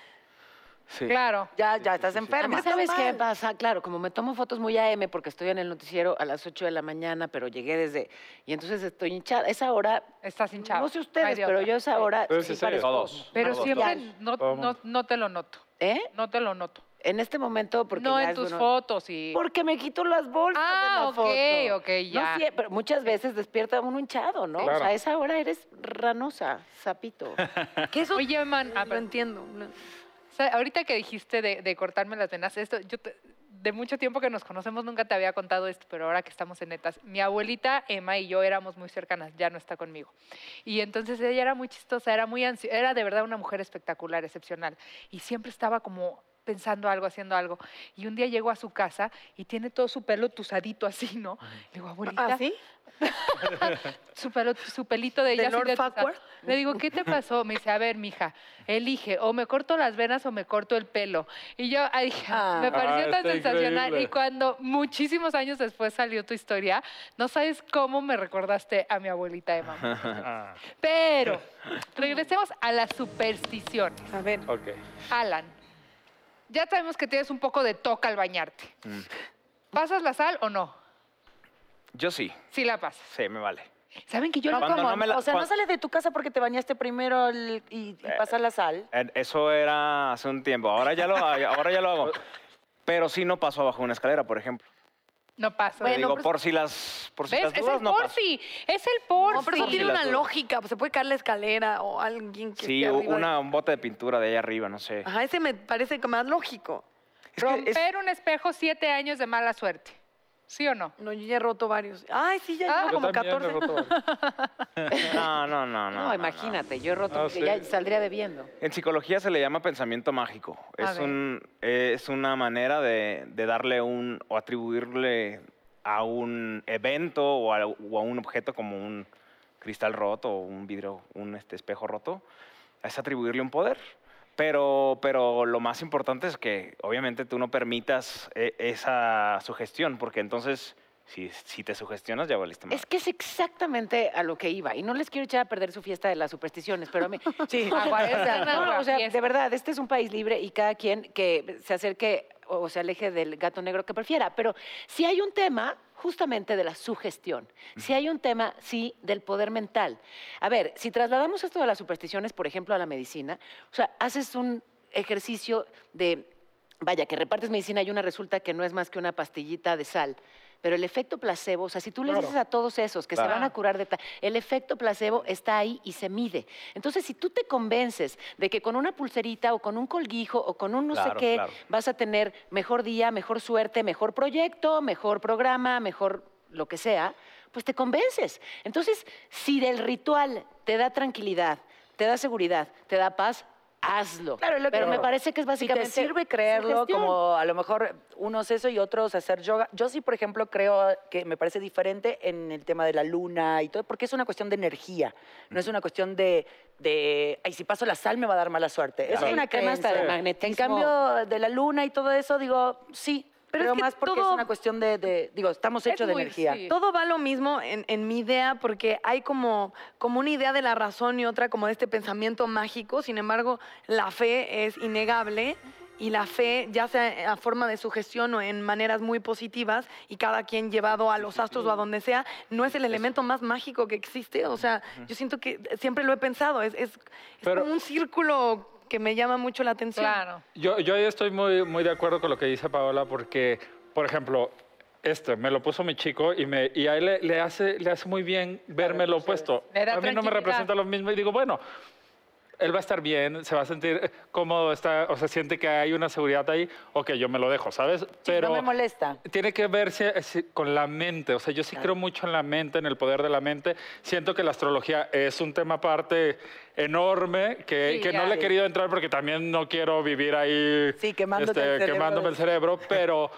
S6: Sí.
S4: Claro.
S2: Ya, ya estás
S3: A mí,
S2: enferma.
S3: Ah, ¿sabes qué pasa? Claro, como me tomo fotos muy AM porque estoy en el noticiero a las 8 de la mañana, pero llegué desde... Y entonces estoy hinchada. Esa hora...
S4: Estás hinchado.
S3: No sé
S4: No hay
S3: ustedes,
S4: de
S3: pero
S4: otra.
S3: yo esa hora...
S5: Pero
S3: sí
S5: sí, sí,
S3: parezco-
S6: Todos.
S4: Pero
S6: todos,
S4: siempre
S6: todos.
S4: no,
S5: Todo el
S4: no,
S5: mundo.
S4: no te lo noto.
S3: ¿Eh?
S4: No te lo noto.
S3: En este momento, porque
S4: No
S3: ya
S4: en
S3: es
S4: tus
S3: uno-
S4: fotos y...
S3: Porque me quito las bolsas de la
S4: Ah,
S3: foto.
S4: ok, ok, ya.
S3: No siempre, pero muchas veces despierta uno hinchado, ¿no? O
S5: Claro.
S3: sea, a esa hora eres ranosa, sapito.
S1: que eso
S4: Oye, man, ah,
S1: no
S4: pero-
S1: entiendo. no.
S4: O sea, ahorita que dijiste de, de cortarme las venas, esto, yo te- de mucho tiempo que nos conocemos nunca te había contado esto, pero ahora que estamos en netas, mi abuelita Emma y yo éramos muy cercanas, ya no está conmigo. Y entonces ella era muy chistosa, era muy ansio- era de verdad una mujer espectacular, excepcional. Y siempre estaba como pensando algo, haciendo algo. Y un día llego a su casa y tiene todo su pelo tuzadito así, ¿no? Le digo, abuelita,
S1: ¿Ah, sí?
S4: su, pelo- su pelito de
S1: ¿De
S4: ella. así
S1: Lord
S4: de tuzado".
S1: Farquaad?
S4: Le digo, ¿qué te pasó? Me dice, a ver, mija, elige, o me corto las venas o me corto el pelo. Y yo, ay,
S2: Ah.
S4: me pareció
S5: Ah,
S4: tan
S5: está
S4: sensacional.
S5: increíble.
S4: Y cuando muchísimos años después salió tu historia, no sabes cómo me recordaste a mi abuelita de mamá.
S5: Ah,
S4: Pero regresemos a las supersticiones.
S1: A ver.
S5: ok.
S4: Alan, ya sabemos que tienes un poco de toca al bañarte.
S6: Mm.
S4: ¿Pasas la sal o no?
S6: Yo sí,
S4: Sí la pasas.
S6: sí, me vale.
S4: ¿Saben que yo
S2: No,
S4: la
S6: Cuando
S2: ¿cómo?
S6: no me la-
S2: o sea, no
S6: cuan-
S2: sales de tu casa porque te bañaste primero el- y, y pasas la sal.
S6: Eh, Eso era hace un tiempo. Ahora ya lo, ahora ya lo hago. Pero sí no paso abajo una escalera, por ejemplo.
S4: No paso.
S6: Te digo, por si las, por si
S4: ¿Ves?
S6: las
S4: Es
S6: dudas
S4: el
S6: no
S4: por
S6: paso.
S4: si. Es el por
S1: No, pero eso
S6: Sí,
S4: si.
S1: tiene
S6: la
S1: una
S6: tuve.
S1: lógica. pues, se puede caer la escalera o alguien que.
S6: Sí,
S1: esté
S6: u-
S1: arriba de-
S6: una, un bote de pintura de ahí arriba, no sé.
S1: Ajá, ese me parece que más lógico.
S6: Es que es-
S4: Romper un espejo, siete años de mala suerte. ¿Sí o no?
S1: No, yo ya he roto varios. Ay, sí, ya
S4: Ah.
S1: llevo
S5: Yo
S1: como
S5: también he
S1: 14.
S5: roto varios.
S6: no, Ah, no, no, no.
S3: No, imagínate, yo he roto,
S5: Ah,
S3: porque
S5: sí.
S3: ya saldría debiendo.
S6: En psicología se le llama pensamiento mágico.
S4: A
S6: Es,
S4: ver.
S6: un, eh, es una manera de, de darle un o atribuirle a un evento o a, o a un objeto como un cristal roto o un vidrio, un este, espejo roto, es atribuirle un poder. Pero, pero lo más importante es que obviamente tú no permitas eh, esa sugestión, porque entonces si, si te sugestionas ya valiste mal.
S3: Es que es exactamente a lo que iba. Y no les quiero echar a perder su fiesta de las supersticiones, pero a mí.
S2: Sí.
S4: Ah,
S3: Agua- o sea,
S4: No,
S3: no, o sea,
S4: fiesta.
S3: de verdad, este es un país libre y cada quien que se acerque o o se aleje del gato negro que prefiera. Pero si hay un tema justamente de la sugestión, si hay un tema, sí, del poder mental. A ver, si trasladamos esto de las supersticiones, por ejemplo, a la medicina, o sea, haces un ejercicio de, vaya, que repartes medicina y una resulta que no es más que una pastillita de sal. Pero el efecto placebo, o sea, si tú les
S5: Claro.
S3: dices a todos esos que se
S6: Claro.
S3: van a curar de tal, el efecto placebo está ahí y se mide. Entonces, si tú te convences de que con una pulserita o con un colguijo o con un no sé
S6: Claro,
S3: qué,
S6: claro.
S3: vas a tener mejor día, mejor suerte, mejor proyecto, mejor programa, mejor lo que sea, pues te convences. Entonces, si del ritual te da tranquilidad, te da seguridad, te da paz, hazlo.
S2: Claro, es lo que
S3: Pero me
S2: digo.
S3: parece que es
S2: Si te
S3: básicamente
S2: sirve creerlo,
S3: sugestión.
S2: como a lo mejor unos eso y otros hacer yoga. Yo sí, por ejemplo, creo que me parece diferente en el tema de la luna y todo, porque es una cuestión de energía, no es una cuestión de, de ay, si paso la sal me va a dar mala suerte. Eso
S3: Es
S2: es una
S3: un tema hasta de
S2: creencia.
S3: magnetismo.
S2: En cambio, de la luna y todo eso, digo, sí,
S1: Pero
S2: pero
S1: es que
S2: más porque
S1: todo-
S2: es una cuestión de, de- digo, estamos
S4: Es
S2: hechos de
S4: muy-
S2: energía.
S4: sí.
S1: Todo va lo mismo en, en mi idea porque hay como, como una idea de la razón y otra como de este pensamiento mágico. Sin embargo, la fe es innegable y la fe, ya sea a forma de sugestión o en maneras muy positivas y cada quien llevado a los astros o a donde sea, no es el elemento más mágico que existe. O sea, yo siento que siempre lo he pensado. Es, es- es
S5: Pero-
S1: como un círculo que me llama mucho la atención.
S4: Claro.
S5: Yo, yo ahí estoy muy, muy de acuerdo con lo que dice Paola, porque, por ejemplo, este me lo puso mi chico y, me, y a él le, le hace, le hace muy bien verme lo opuesto.
S4: Le da
S5: A mí no me
S4: tranquilidad.
S5: representa lo mismo y digo, bueno, él va a estar bien, se va a sentir eh, cómodo, está, o sea, siente que hay una seguridad ahí, ok, yo me lo dejo, ¿sabes? Pero
S2: no me molesta.
S5: tiene que verse así con la mente, o sea, yo sí creo mucho en la mente, en el poder de la mente. Siento que la astrología es un tema aparte enorme que,
S4: Sí,
S5: que
S4: ya.
S5: no le he querido entrar porque también no quiero vivir ahí este,
S2: Sí, quemándote el cerebro
S5: quemándome
S2: de-
S5: el cerebro, pero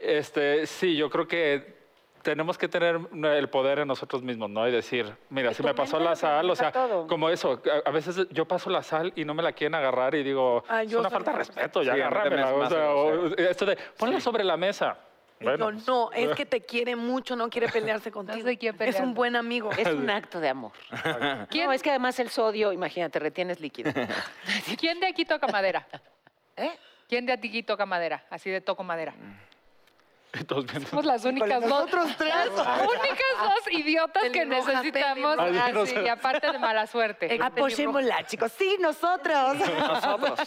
S5: este, sí, yo creo que tenemos que tener eh, el poder en nosotros mismos, ¿no? Y decir, mira,
S2: Que
S5: si
S2: tu
S5: me pasó
S2: mente
S5: la
S2: lo
S5: sal, o sea,
S2: maneja todo.
S5: como eso, a- a veces yo paso la sal y no me la quieren agarrar y digo,
S1: Ay,
S5: es
S1: yo
S5: una
S1: soy-
S5: falta de respeto, ya
S6: Sí, a mí también
S5: agárramela,
S6: se me
S5: o
S6: hace
S5: sea, o-
S6: grosero.
S5: esto de, ponla sobre la mesa.
S1: Y
S5: Bueno,
S1: yo, no, es que te quiere mucho, no quiere pelearse contigo.
S4: se quiere
S1: Es
S4: pelear.
S1: un buen amigo.
S3: Es un acto de amor.
S4: ¿Quién,
S3: No, es que además el sodio, imagínate, retienes líquido.
S4: ¿Quién de aquí toca madera?
S2: ¿Eh?
S4: ¿Quién de aquí toca madera? Así de toco madera.
S6: Mm.
S5: todos viendo-
S4: Somos las únicas dos. Las únicas dos idiotas que
S1: Pelirrojas,
S4: necesitamos.
S5: pelirrojas.
S4: Ah, sí, y aparte de mala suerte.
S1: Ex-
S2: Apoyémosla, chicos. Sí, nosotros.
S6: Nosotros.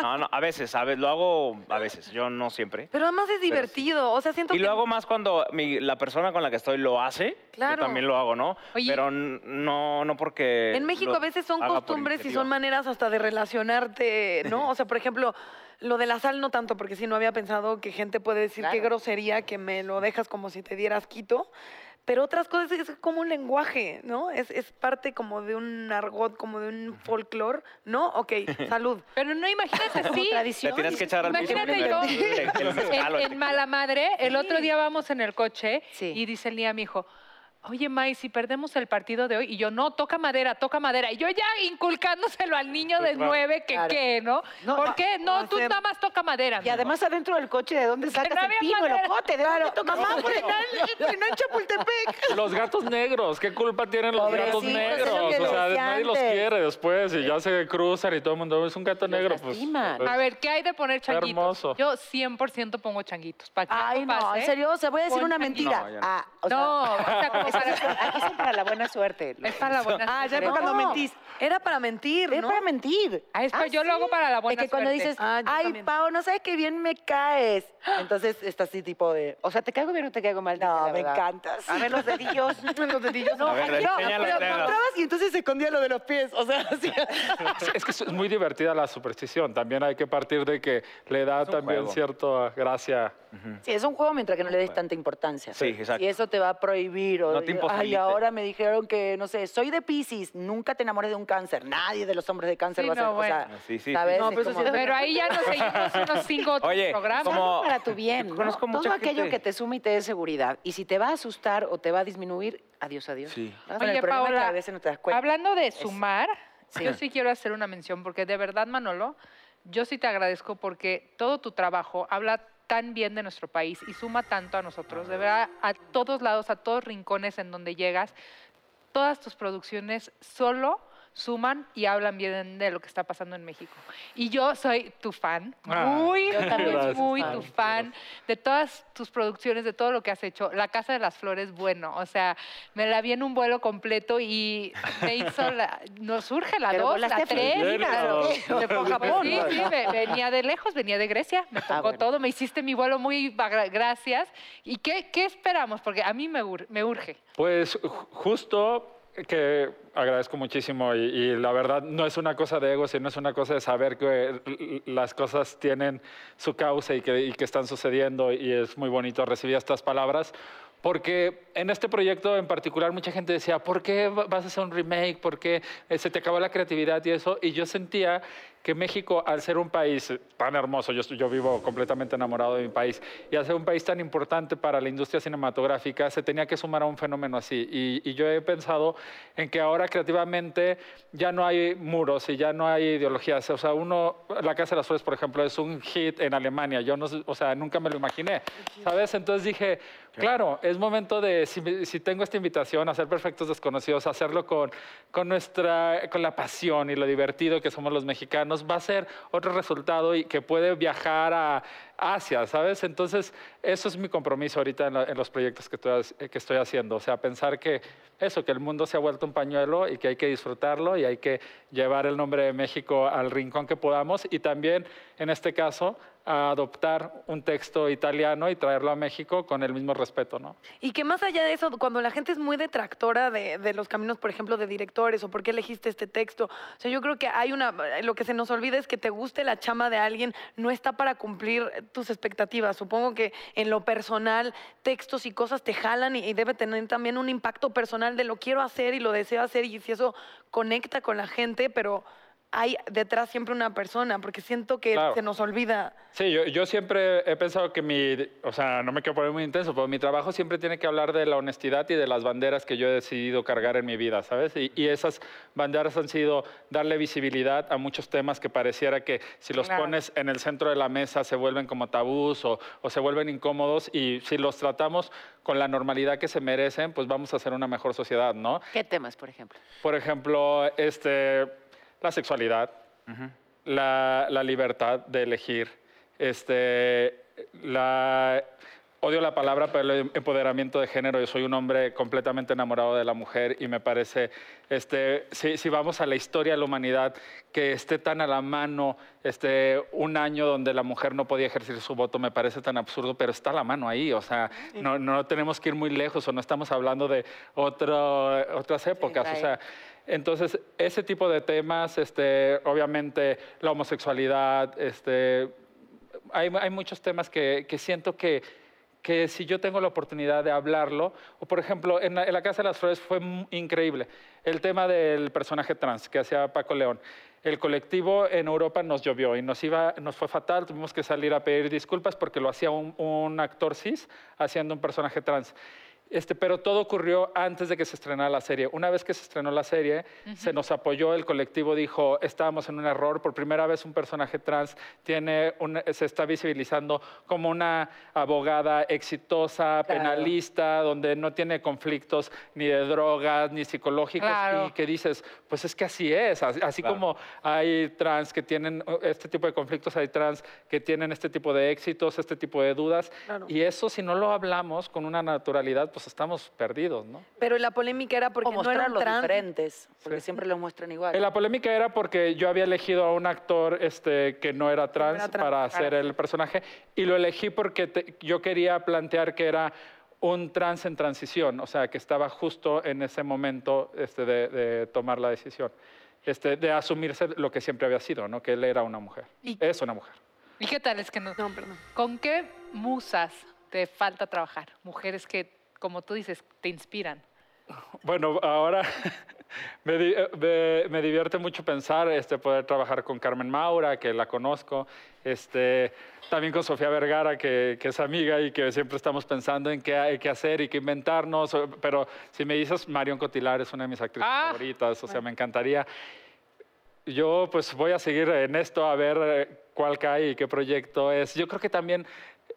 S6: No, no, a veces, a veces, lo hago a veces, yo no siempre.
S1: Pero además es divertido. O sea, siento
S6: Y
S1: que.
S6: lo hago más cuando mi- la persona con la que estoy lo hace.
S1: Claro.
S6: Yo también lo hago, ¿no?
S4: Oye.
S6: Pero n- no, no porque.
S1: En México
S6: lo
S1: a veces son
S6: haga por
S1: costumbres y
S6: iniciativa.
S1: son maneras hasta de relacionarte, ¿no? O sea, por ejemplo, lo de la sal no tanto, porque sí no había pensado que gente puede decir qué
S3: Claro.
S1: grosería que me lo dejas como si te dieras quito. Pero otras cosas es como un lenguaje, ¿no? Es, es parte como de un argot, como de un folclore, ¿no? Ok, salud.
S4: Pero no imagínate sí.
S6: Te tienes que echar al piso
S4: Imagínate
S6: primero.
S4: yo.
S6: El- el mezcal
S4: En,
S6: o
S4: en
S6: el tequila.
S4: mala madre, el otro día vamos en el coche
S3: Sí.
S4: y dice Lía, mi hijo, oye, May, si perdemos el partido de hoy, y yo, no, toca madera, toca madera. Y yo ya inculcándoselo al niño de
S5: Claro.
S4: nueve que
S3: Claro.
S4: qué, ¿no?
S3: No,
S4: ¿Por
S3: no,
S4: qué? No,
S1: va a
S4: tú
S1: ser-
S4: nada más toca madera.
S3: Y además adentro del coche, ¿de dónde sacas
S4: no
S3: el
S4: había
S3: pino,
S4: manera.
S3: el ocote? ¿De dónde tocas?
S1: Mamá, frenó en Chapultepec.
S5: Los gatos negros, ¿qué culpa tienen los gatos
S2: Pobrecitos, es
S5: negros?
S2: lo que
S5: O sea,
S2: decía
S5: nadie los
S2: antes.
S5: quiere después y ya se cruzan y todo el mundo es un gato negro. Pues,
S3: lastiman.
S5: pues,
S4: A ver, ¿qué hay de poner changuitos?
S5: hermoso.
S4: Yo 100% pongo changuitos. para que
S2: Ay, no,
S4: pase.
S2: en serio, o sea, voy a decir
S4: Con
S2: una
S4: changuitos.
S2: mentira.
S6: No, ya no.
S2: Ah, o sea,
S4: No, o sea, como para-
S3: Aquí son para la buena suerte.
S4: es para la buena
S2: Ah, ya
S4: suerte.
S2: no, cuando mentís.
S1: Era para mentir,
S2: Es
S1: ¿no?
S2: para mentir.
S4: Ah, es pa- yo lo hago para la buena
S2: Es que cuando
S4: suerte.
S2: dices,
S1: Ah, yo
S2: ay,
S1: también.
S2: Pau, no sabes qué bien me caes. Entonces está así tipo de,
S3: O sea, ¿te caigo bien o te caigo mal? Dime
S2: no, me
S3: la verdad.
S2: encantas.
S3: A ver los dedillos.
S1: Los dedillos, no,
S6: A ver,
S1: aquí no,
S6: enseña las
S1: pero-
S6: dedos.
S2: Encontrabas y entonces se escondía lo de los pies. O sea, así.
S5: Es- Es que es muy divertida la superstición. También hay que partir de que le da
S6: Es un
S5: también
S6: juego.
S5: cierta gracia.
S2: Sí, es un juego mientras que no le des tanta importancia.
S6: Sí, exacto.
S2: Y eso te va a prohibir. O,
S6: No te
S2: Ay,
S6: imposibilite.
S2: ahora me dijeron que, no sé, soy de Piscis, nunca te enamores de un cáncer. Nadie de los hombres de cáncer
S4: Sí,
S2: va a ser.
S4: no, pues, bueno.
S2: O sea,
S6: Ah, Sí, sí, sí.
S2: ¿sabes?
S1: No,
S2: Es
S1: pero eso sí
S2: como-
S1: es
S4: Pero ahí ya nos seguimos unos cinco otros
S6: Oye,
S4: programas.
S6: ¿cómo?
S3: Hazlo para tu bien.
S6: Yo
S3: ¿no?
S6: conozco mucha
S3: Todo aquello
S6: gente-
S3: que te sume y te dé seguridad. Y si te va a asustar o te va a disminuir, adiós, adiós.
S6: Sí.
S3: Ah,
S2: Bueno, el
S4: Oye,
S2: problema es que
S4: Paola,
S2: a veces no te das cuenta.
S4: Hablando de sumar,
S3: Sí.
S4: yo sí quiero hacer una mención, porque de verdad, Manolo, yo sí te agradezco porque todo tu trabajo habla tan bien de nuestro país y suma tanto a nosotros, de verdad, a todos lados, a todos rincones en donde llegas, todas tus producciones solo suman y hablan bien de lo que está pasando en México. Y yo soy tu fan,
S5: Ah,
S4: muy,
S5: yo
S3: también
S4: muy, muy
S3: soy fan.
S4: tu fan, de todas tus producciones, de todo lo que has hecho. La Casa de las Flores, bueno, o sea, me la vi en un vuelo completo y me hizo la, nos surge la
S3: Pero
S4: dos, la
S3: volaste
S4: tres,
S5: feliz,
S4: claro.
S5: ¿no?
S4: Me fue a
S5: Pues
S4: Japón.
S5: sí,
S4: Sí, sí, ve- venía de lejos, venía de Grecia, me tocó
S3: Ah, bueno.
S4: todo, me hiciste mi vuelo muy bagra- gracias. ¿Y qué, qué esperamos? Porque a mí me, ur- me urge.
S5: Pues ju- justo que agradezco muchísimo y, y la verdad no es una cosa de ego, sino es una cosa de saber que eh, las cosas tienen su causa y que, y que están sucediendo y es muy bonito recibir estas palabras. Porque en este proyecto en particular mucha gente decía, ¿por qué va- vas a hacer un remake? ¿Por qué eh, se te acabó la creatividad y eso? Y yo sentía que México, al ser un país tan hermoso, yo, estoy- yo vivo completamente enamorado de mi país, y al ser un país tan importante para la industria cinematográfica, se tenía que sumar a un fenómeno así. Y, y yo he pensado en que ahora creativamente ya no hay muros y ya no hay ideologías. O sea, uno, La Casa de las Flores, por ejemplo, es un hit en Alemania. Yo no, sé- o sea, nunca me lo imaginé, ¿sabes? Entonces dije, claro, es momento de, si, me- si tengo esta invitación, hacer Perfectos Desconocidos, hacerlo con, con nuestra, con la pasión y lo divertido que somos los mexicanos, va a ser otro resultado y que puede viajar a, hacia, ¿sabes? Entonces, eso es mi compromiso ahorita en, la- en los proyectos que estoy, ha- que estoy haciendo. O sea, pensar que eso, que el mundo se ha vuelto un pañuelo y que hay que disfrutarlo y hay que llevar el nombre de México al rincón que podamos y también, en este caso, a adoptar un texto italiano y traerlo a México con el mismo respeto, ¿no?
S1: Y que más allá de eso, cuando la gente es muy detractora de, de los caminos, por ejemplo, de directores o por qué elegiste este texto, o sea, yo creo que hay una, lo que se nos olvida es que te guste la chama de alguien, no está para cumplir tus expectativas. Supongo que en lo personal, textos y cosas te jalan y, y debe tener también un impacto personal de lo quiero hacer y lo deseo hacer y si eso conecta con la gente, pero hay detrás siempre una persona, porque siento que
S5: Claro.
S1: se nos olvida.
S5: Sí, yo, yo siempre he pensado que mi, o sea, no me quiero poner muy intenso, pero mi trabajo siempre tiene que hablar de la honestidad y de las banderas que yo he decidido cargar en mi vida, ¿sabes? Y, y esas banderas han sido darle visibilidad a muchos temas que pareciera que si los
S4: Claro.
S5: pones en el centro de la mesa se vuelven como tabús o, o se vuelven incómodos y si los tratamos con la normalidad que se merecen, pues vamos a hacer una mejor sociedad, ¿no?
S3: ¿Qué temas, por ejemplo?
S5: Por ejemplo, este, la sexualidad, la, la libertad de elegir, este, la, odio la palabra, pero el empoderamiento de género. Yo soy un hombre completamente enamorado de la mujer y me parece, este, si, si vamos a la historia de la humanidad, que esté tan a la mano este, un año donde la mujer no podía ejercer su voto, me parece tan absurdo, pero está a la mano ahí. O sea, no, no tenemos que ir muy lejos o no estamos hablando de otro- otras épocas. o
S3: right.
S5: sea, entonces, ese tipo de temas, este, obviamente la homosexualidad, este, hay, hay muchos temas que, que siento que, que si yo tengo la oportunidad de hablarlo, o por ejemplo, en la, en la Casa de las Flores fue mu- increíble el tema del personaje trans que hacía Paco León. El colectivo en Europa nos llovió y nos, iba, nos fue fatal, tuvimos que salir a pedir disculpas porque lo hacía un, un actor cis haciendo un personaje trans. Este, pero todo ocurrió antes de que se estrenara la serie. Una vez que se estrenó la serie, se nos apoyó, el colectivo dijo, estábamos en un error, por primera vez un personaje trans tiene una- se está visibilizando como una abogada exitosa, penalista, donde no tiene conflictos ni de drogas, ni psicológicos,
S4: Claro.
S5: y que dices, pues es que así es, así, así
S6: Claro.
S5: como hay trans que tienen eh, este tipo de conflictos, hay trans que tienen este tipo de éxitos, este tipo de dudas,
S1: Claro.
S5: y eso, si no lo hablamos con una naturalidad, pues estamos perdidos, ¿no?
S1: Pero la polémica era porque
S2: o
S1: no eran
S2: mostrarlos
S1: trans.
S2: diferentes, porque
S5: Sí.
S2: siempre los muestran igual.
S5: Eh, La polémica era porque yo había elegido a un actor este, que no era trans,
S1: era trans,
S5: para hacer el personaje y lo elegí porque te- yo quería plantear que era un trans en transición, o sea, que estaba justo en ese momento este, de, de tomar la decisión, este, de asumirse lo que siempre había sido, ¿no? que él era una mujer,
S4: Y-
S5: es una mujer.
S4: ¿Y qué tal? Es que no.
S1: No, perdón.
S4: ¿Con qué musas te falta trabajar? Mujeres que, como tú dices, te inspiran.
S5: Bueno, ahora me, di- eh, me- me divierte mucho pensar este, poder trabajar con Carmen Maura, que la conozco, este, también con Sofía Vergara, que, que es amiga y que siempre estamos pensando en qué, hay que hacer y qué inventarnos. o- Pero si me dices, Marion Cotilar es una de mis actrices
S4: Ah.
S5: favoritas, o sea, me encantaría. Yo pues voy a seguir en esto a ver eh, cuál cae y qué proyecto es. Yo creo que también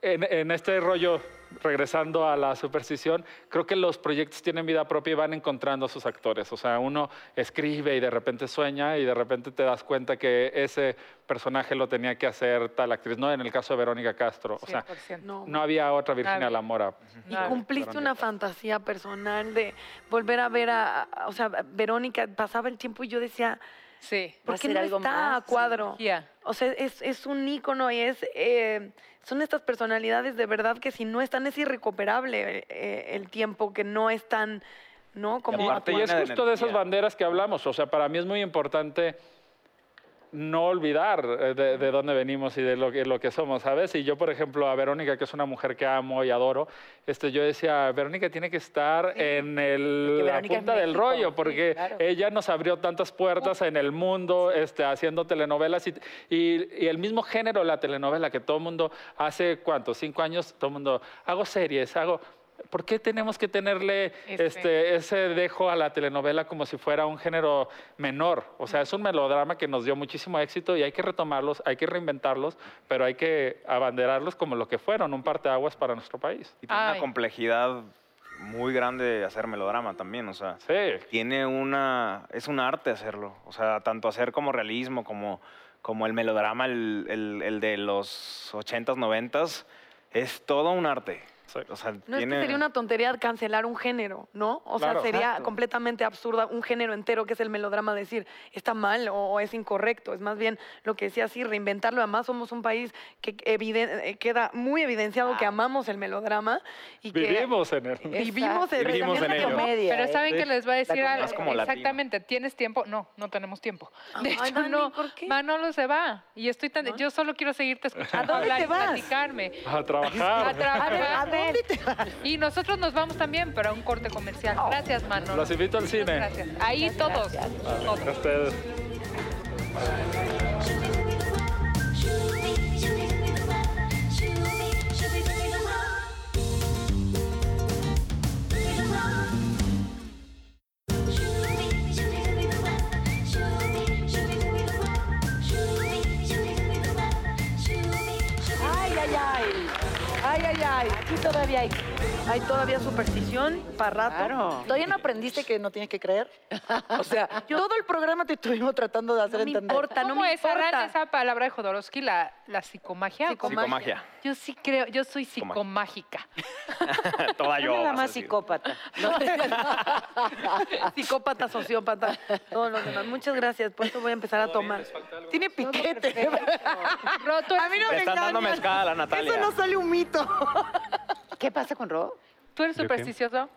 S5: en, en este rollo, regresando a la superstición, creo que los proyectos tienen vida propia y van encontrando a sus actores. O sea, uno escribe y de repente sueña y de repente te das cuenta que ese personaje lo tenía que hacer tal actriz. No, en el caso de Verónica Castro. O sea,
S4: 100%.
S1: No.
S5: no había otra Virginia
S4: Nadie.
S5: La Mora.
S1: Y
S4: Claro.
S1: cumpliste
S5: Verónica.
S1: una fantasía personal de volver a ver a, a- o sea, Verónica, pasaba el tiempo y yo decía,
S4: Sí.
S2: Va
S1: ¿por
S2: a
S1: qué
S2: ser
S1: no
S2: algo
S1: está
S2: más,
S1: a cuadro?
S4: Ya.
S1: O sea, es, es un ícono y es, eh, son estas personalidades de verdad que si no están es irrecuperable eh, el tiempo, que no están, ¿no? Como
S6: aparte
S5: Y
S6: llena
S5: es
S6: de
S5: justo de esas
S6: energía.
S5: banderas que hablamos. O sea, para mí es muy importante no olvidar eh, de, de dónde venimos y de lo que, lo que somos, ¿sabes? Y yo, por ejemplo, a Verónica, que es una mujer que amo y adoro, este, yo decía, Verónica tiene que estar en el,
S2: que
S5: la
S2: Verónica es
S5: punta del
S2: México,
S5: rollo,
S2: sí,
S5: porque
S2: claro.
S5: ella nos abrió tantas puertas en el mundo, este, haciendo telenovelas y, y- y el mismo género, la telenovela, que todo el mundo hace, ¿cuánto? Cinco años, todo el mundo, hago series, hago... ¿Por qué tenemos que tenerle
S4: Este.
S5: este, ese dejo a la telenovela como si fuera un género menor. O sea, es un melodrama que nos dio muchísimo éxito y hay que retomarlos, hay que reinventarlos, pero hay que abanderarlos como lo que fueron, un parteaguas para nuestro país.
S6: Y tiene una
S4: Ay.
S6: complejidad muy grande hacer melodrama también, o sea,
S5: Sí.
S6: tiene una, es un arte hacerlo, o sea, tanto hacer como realismo, como, como el melodrama, el, el- el de los 80s, 90s, es todo un arte.
S5: Sí.
S6: O sea,
S1: No es
S6: tiene...
S1: que sería una tontería cancelar un género, ¿no? O sea,
S5: Claro.
S1: sería
S6: Exacto.
S1: completamente absurda un género entero que es el melodrama decir está mal o, o es incorrecto. Es más bien lo que decía así, reinventarlo. Además, somos un país que eviden- eh, queda muy evidenciado que amamos el melodrama y que
S5: Vivimos en él.
S1: vivimos,
S3: Exacto.
S1: en,
S6: Vivimos
S1: también
S6: en
S1: la
S6: ello.
S1: comedia.
S2: Comedia,
S4: Pero
S2: ¿eh?
S4: saben que les voy a decir
S2: comedia.
S4: algo.
S6: Más como latino.
S4: Exactamente. ¿Tienes tiempo? No, no tenemos tiempo. De
S1: Ay,
S4: hecho,
S1: Dani,
S4: no.
S1: ¿por qué?
S4: Manolo se va. Y estoy tan. Yo solo quiero seguirte escuchando.
S1: dónde
S4: hablar
S1: te
S4: y
S1: vas?
S4: platicarme.
S5: A
S4: A
S5: trabajar.
S4: trabajar.
S1: A ver,
S4: Y nosotros nos vamos también, pero a un corte comercial. Gracias, Manolo.
S5: Los invito al cine.
S4: Gracias. Ahí todos. todos.
S5: A ustedes.
S2: Ay, ay, ay. Ay, ay, ay. Aquí todavía hay.
S1: hay todavía superstición para rato.
S3: Claro.
S2: ¿Todavía no aprendiste que no tienes que creer? O sea, todo el programa te estuvimos tratando de hacer
S1: No me
S2: entender.
S1: importa, no
S4: ¿Cómo
S1: me
S4: es, Arran,
S1: importa.
S4: esa palabra de Jodorowsky, la, la psicomagia? ¿o cómo?
S6: Psicomagia.
S4: Yo sí creo, yo soy
S6: Psicomagia.
S4: psicomágica.
S6: Toda yo.
S2: Dame la
S6: vas a
S2: más
S6: decir.
S2: psicópata.
S1: Psicópata, sociópata, todos los demás. Muchas gracias, por eso voy a empezar a tomar.
S2: Tiene piquete.
S4: Roto,
S2: A mí no
S6: Le
S2: me
S6: están dando
S2: engañan.
S6: mezcada a Natalia.
S2: Eso no sale un mito.
S3: ¿Qué pasa con Ro?
S4: ¿Tú eres
S7: ¿Yo qué?
S4: supersticioso?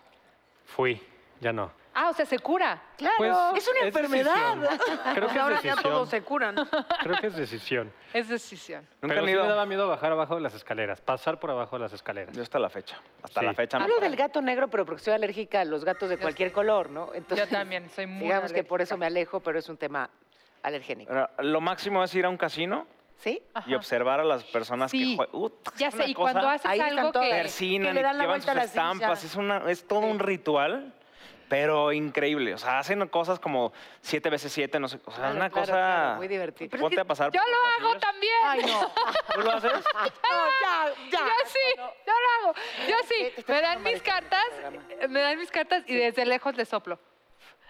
S7: Fui, ya no.
S4: Ah, o sea, se cura.
S3: Claro.
S7: Pues,
S2: es una enfermedad.
S7: decisión. Creo que
S1: Ahora
S7: es
S1: ya
S7: decisión.
S1: todos se curan.
S7: Creo que es decisión.
S4: Es decisión.
S6: Nunca
S7: Pero
S6: han
S7: sí
S6: ido.
S7: me daba miedo bajar abajo de las escaleras, pasar por abajo de las escaleras.
S6: Yo hasta la fecha. Hasta
S7: Sí.
S6: la fecha. no.
S3: Hablo del gato negro, pero porque soy alérgica a los gatos de cualquier color, ¿no?
S4: Yo
S3: Entonces,
S4: también soy muy
S3: digamos que por
S4: alérgica.
S3: eso me alejo, pero es un tema alergénico.
S6: Ahora, Lo máximo es ir a un casino
S3: ¿Sí?
S6: y
S4: Ajá.
S6: observar a las personas
S4: Sí.
S6: que juegan.
S4: Ya sé, y cuando haces
S2: ahí están
S4: algo
S2: todas.
S4: que...
S6: persinan
S2: que le
S6: y
S2: dan la
S6: llevan
S2: vuelta
S6: sus
S2: a la silla.
S6: estampas. Es, una, es todo un ritual, pero increíble. O sea, hacen cosas como siete veces siete, no sé. O sea,
S3: Claro,
S6: una
S3: claro,
S6: cosa.
S3: claro, muy divertido.
S6: Ponte a pasar.
S4: Yo
S6: por los
S4: lo hago
S6: pasillos.
S4: también.
S6: ¿Tú lo haces?
S4: Yo sí, yo lo hago. Yo sí. Me dan mis cartas, me dan mis cartas y desde lejos les soplo.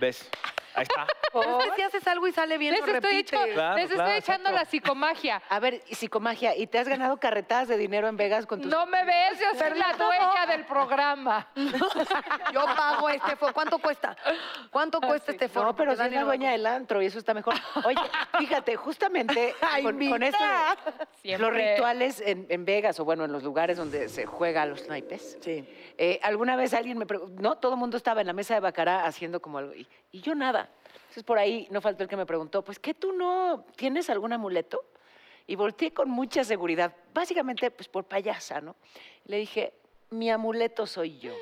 S6: ¿Ves? Ahí está.
S1: Pero es que si haces algo y sale bien,
S4: Les
S1: lo
S4: estoy,
S1: repites.
S4: hecho-
S6: Claro,
S4: les estoy
S6: claro,
S4: echando la
S6: exacto.
S4: psicomagia.
S3: A ver, y psicomagia, ¿y te has ganado carretadas de dinero en Vegas con tus...
S4: No me ves, yo soy la dueña del programa.
S1: Yo pago este foro. ¿Cuánto cuesta? ¿Cuánto cuesta este foro?
S3: No, pero
S1: Porque
S3: soy la
S1: Dani
S3: dueña del antro y eso está mejor. Oye, fíjate, justamente con, con esto de- los
S4: Siempre.
S3: rituales en, en Vegas o bueno, en los lugares donde se juega a los naipes.
S2: Sí.
S3: Eh, alguna vez alguien me preguntó, no, todo el mundo estaba en la mesa de Bacará haciendo como algo, y, y yo nada. Entonces por ahí no faltó el que me preguntó, pues ¿qué tú no tienes algún amuleto? Y volteé con mucha seguridad, básicamente pues por payasa, ¿no? Le dije, mi amuleto soy yo.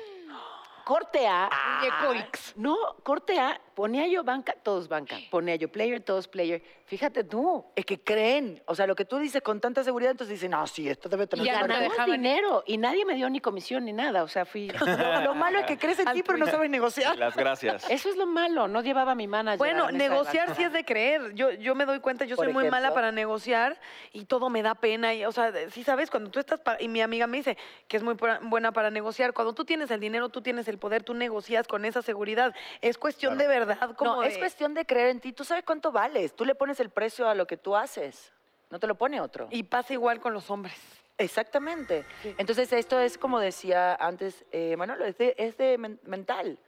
S3: Corte A. Muñecoix. No, corte A. Ponía yo banca, todos banca. Ponía yo player, todos player. Fíjate tú.
S2: Es que creen. O sea, lo que tú dices con tanta seguridad, entonces dicen, no, sí, esto debe tener
S4: Y ya no te
S2: suerte".
S3: ganamos
S4: dejaban.
S3: dinero y nadie me dio ni comisión ni nada. O sea, fui.
S2: Lo, lo malo es que crees en ti, pero no sabes negociar.
S6: Las gracias.
S3: Eso es lo malo. No llevaba a mi manager. a
S1: Bueno,
S3: la mesa de
S1: negociar
S3: banca.
S1: sí es de creer. Yo, yo me doy cuenta, yo
S2: Por
S1: soy muy mala
S2: ejemplo.
S1: para negociar y todo me da pena. Y, o sea, de- sí sabes, cuando tú estás... pa- Y mi amiga me dice que es muy pra- buena para negociar. Cuando tú tienes el dinero, tú tienes el poder, tú negocias con esa seguridad. Es cuestión de verdad. Como
S2: No, es
S1: de-
S2: cuestión de creer en ti. Tú sabes cuánto vales. Tú le pones el precio a lo que tú haces. No te lo pone otro.
S1: Y pasa igual con los hombres.
S2: Exactamente. Entonces, esto es como decía antes eh, Manolo, es de, es de men- mental.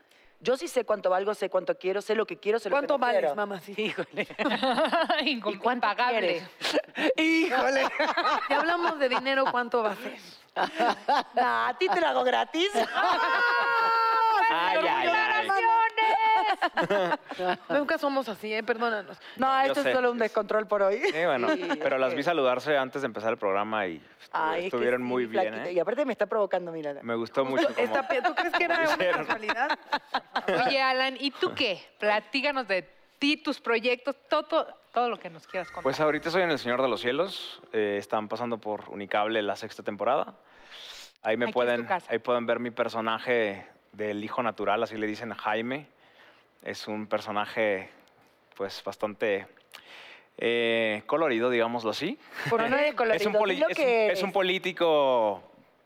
S2: Yo sí sé cuánto valgo, sé cuánto quiero, sé lo que quiero, sé lo que
S1: ¿Cuánto
S2: no
S1: vales,
S2: quiero.
S1: mamá? Sí.
S3: ¿Y cuánto
S4: Impagable.
S2: ¡Híjole!
S1: Si hablamos de dinero, ¿cuánto va a ser?
S2: Nah, Ah, a ti te lo hago gratis.
S6: Ay, ay, ay.
S1: Nunca somos así, ¿eh? Perdónanos.
S2: No,
S6: Yo
S2: Ah, esto
S6: sé,
S2: es solo un
S6: yo sé.
S2: descontrol por hoy.
S6: Sí, bueno, pero las vi saludarse antes de empezar el programa y estu-
S2: Ay, es que
S6: estuvieron
S2: sí,
S6: muy bien.
S2: flaquita.
S6: ¿eh?
S2: Y aparte me está provocando, mira.
S6: Me gustó mucho. cómo-
S1: Esta pe- ¿Tú crees que era una
S6: hicieron.
S1: casualidad?
S4: Oye, Alan, ¿y tú qué? Platíganos de ti, tus proyectos, todo, todo lo que nos quieras contar.
S6: Pues ahorita soy en El Señor de los Cielos. eh, están pasando por Unicable la sexta temporada. Ahí me
S4: Aquí es tu
S6: pueden,
S4: casa.
S6: ahí pueden ver mi personaje del hijo natural, así le dicen a Jaime. Es un personaje, pues, bastante eh, colorido, digámoslo así.
S1: Eh,
S2: Por no de colorido.
S6: es, un poli-
S2: di lo
S6: es un-
S2: que
S6: es un político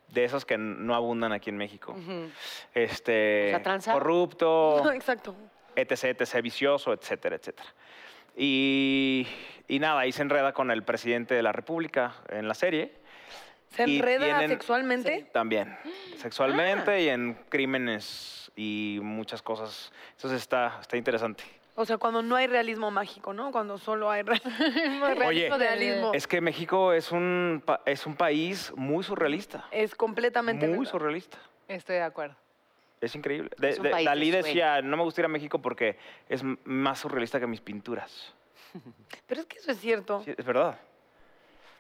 S6: de esos que no abundan aquí en México.
S2: Ujú.
S6: Este,
S3: O sea, tranza.
S6: corrupto,
S1: Exacto.
S6: etc, etc, vicioso, etcétera, etcétera. Y, y nada, ahí se enreda con el presidente de la República en la serie.
S1: ¿Se
S6: Y
S1: enreda
S6: tienen-
S1: sexualmente?
S6: También, sexualmente y en crímenes y muchas cosas. Entonces está, está interesante.
S1: O sea, cuando no hay realismo mágico, ¿no? Cuando solo hay re-
S6: Oye.
S1: realismo. realismo.
S6: Es que México es un, pa- es un país muy surrealista.
S1: Es completamente.
S6: Muy
S1: verdad.
S6: surrealista.
S4: Estoy de acuerdo.
S6: Es increíble. De-
S3: Es un
S6: de-
S3: país de
S6: Dalí
S3: ensueño.
S6: decía, no me gusta ir a México porque es m- más surrealista que mis pinturas.
S1: Pero es que eso es cierto.
S6: Sí, es verdad.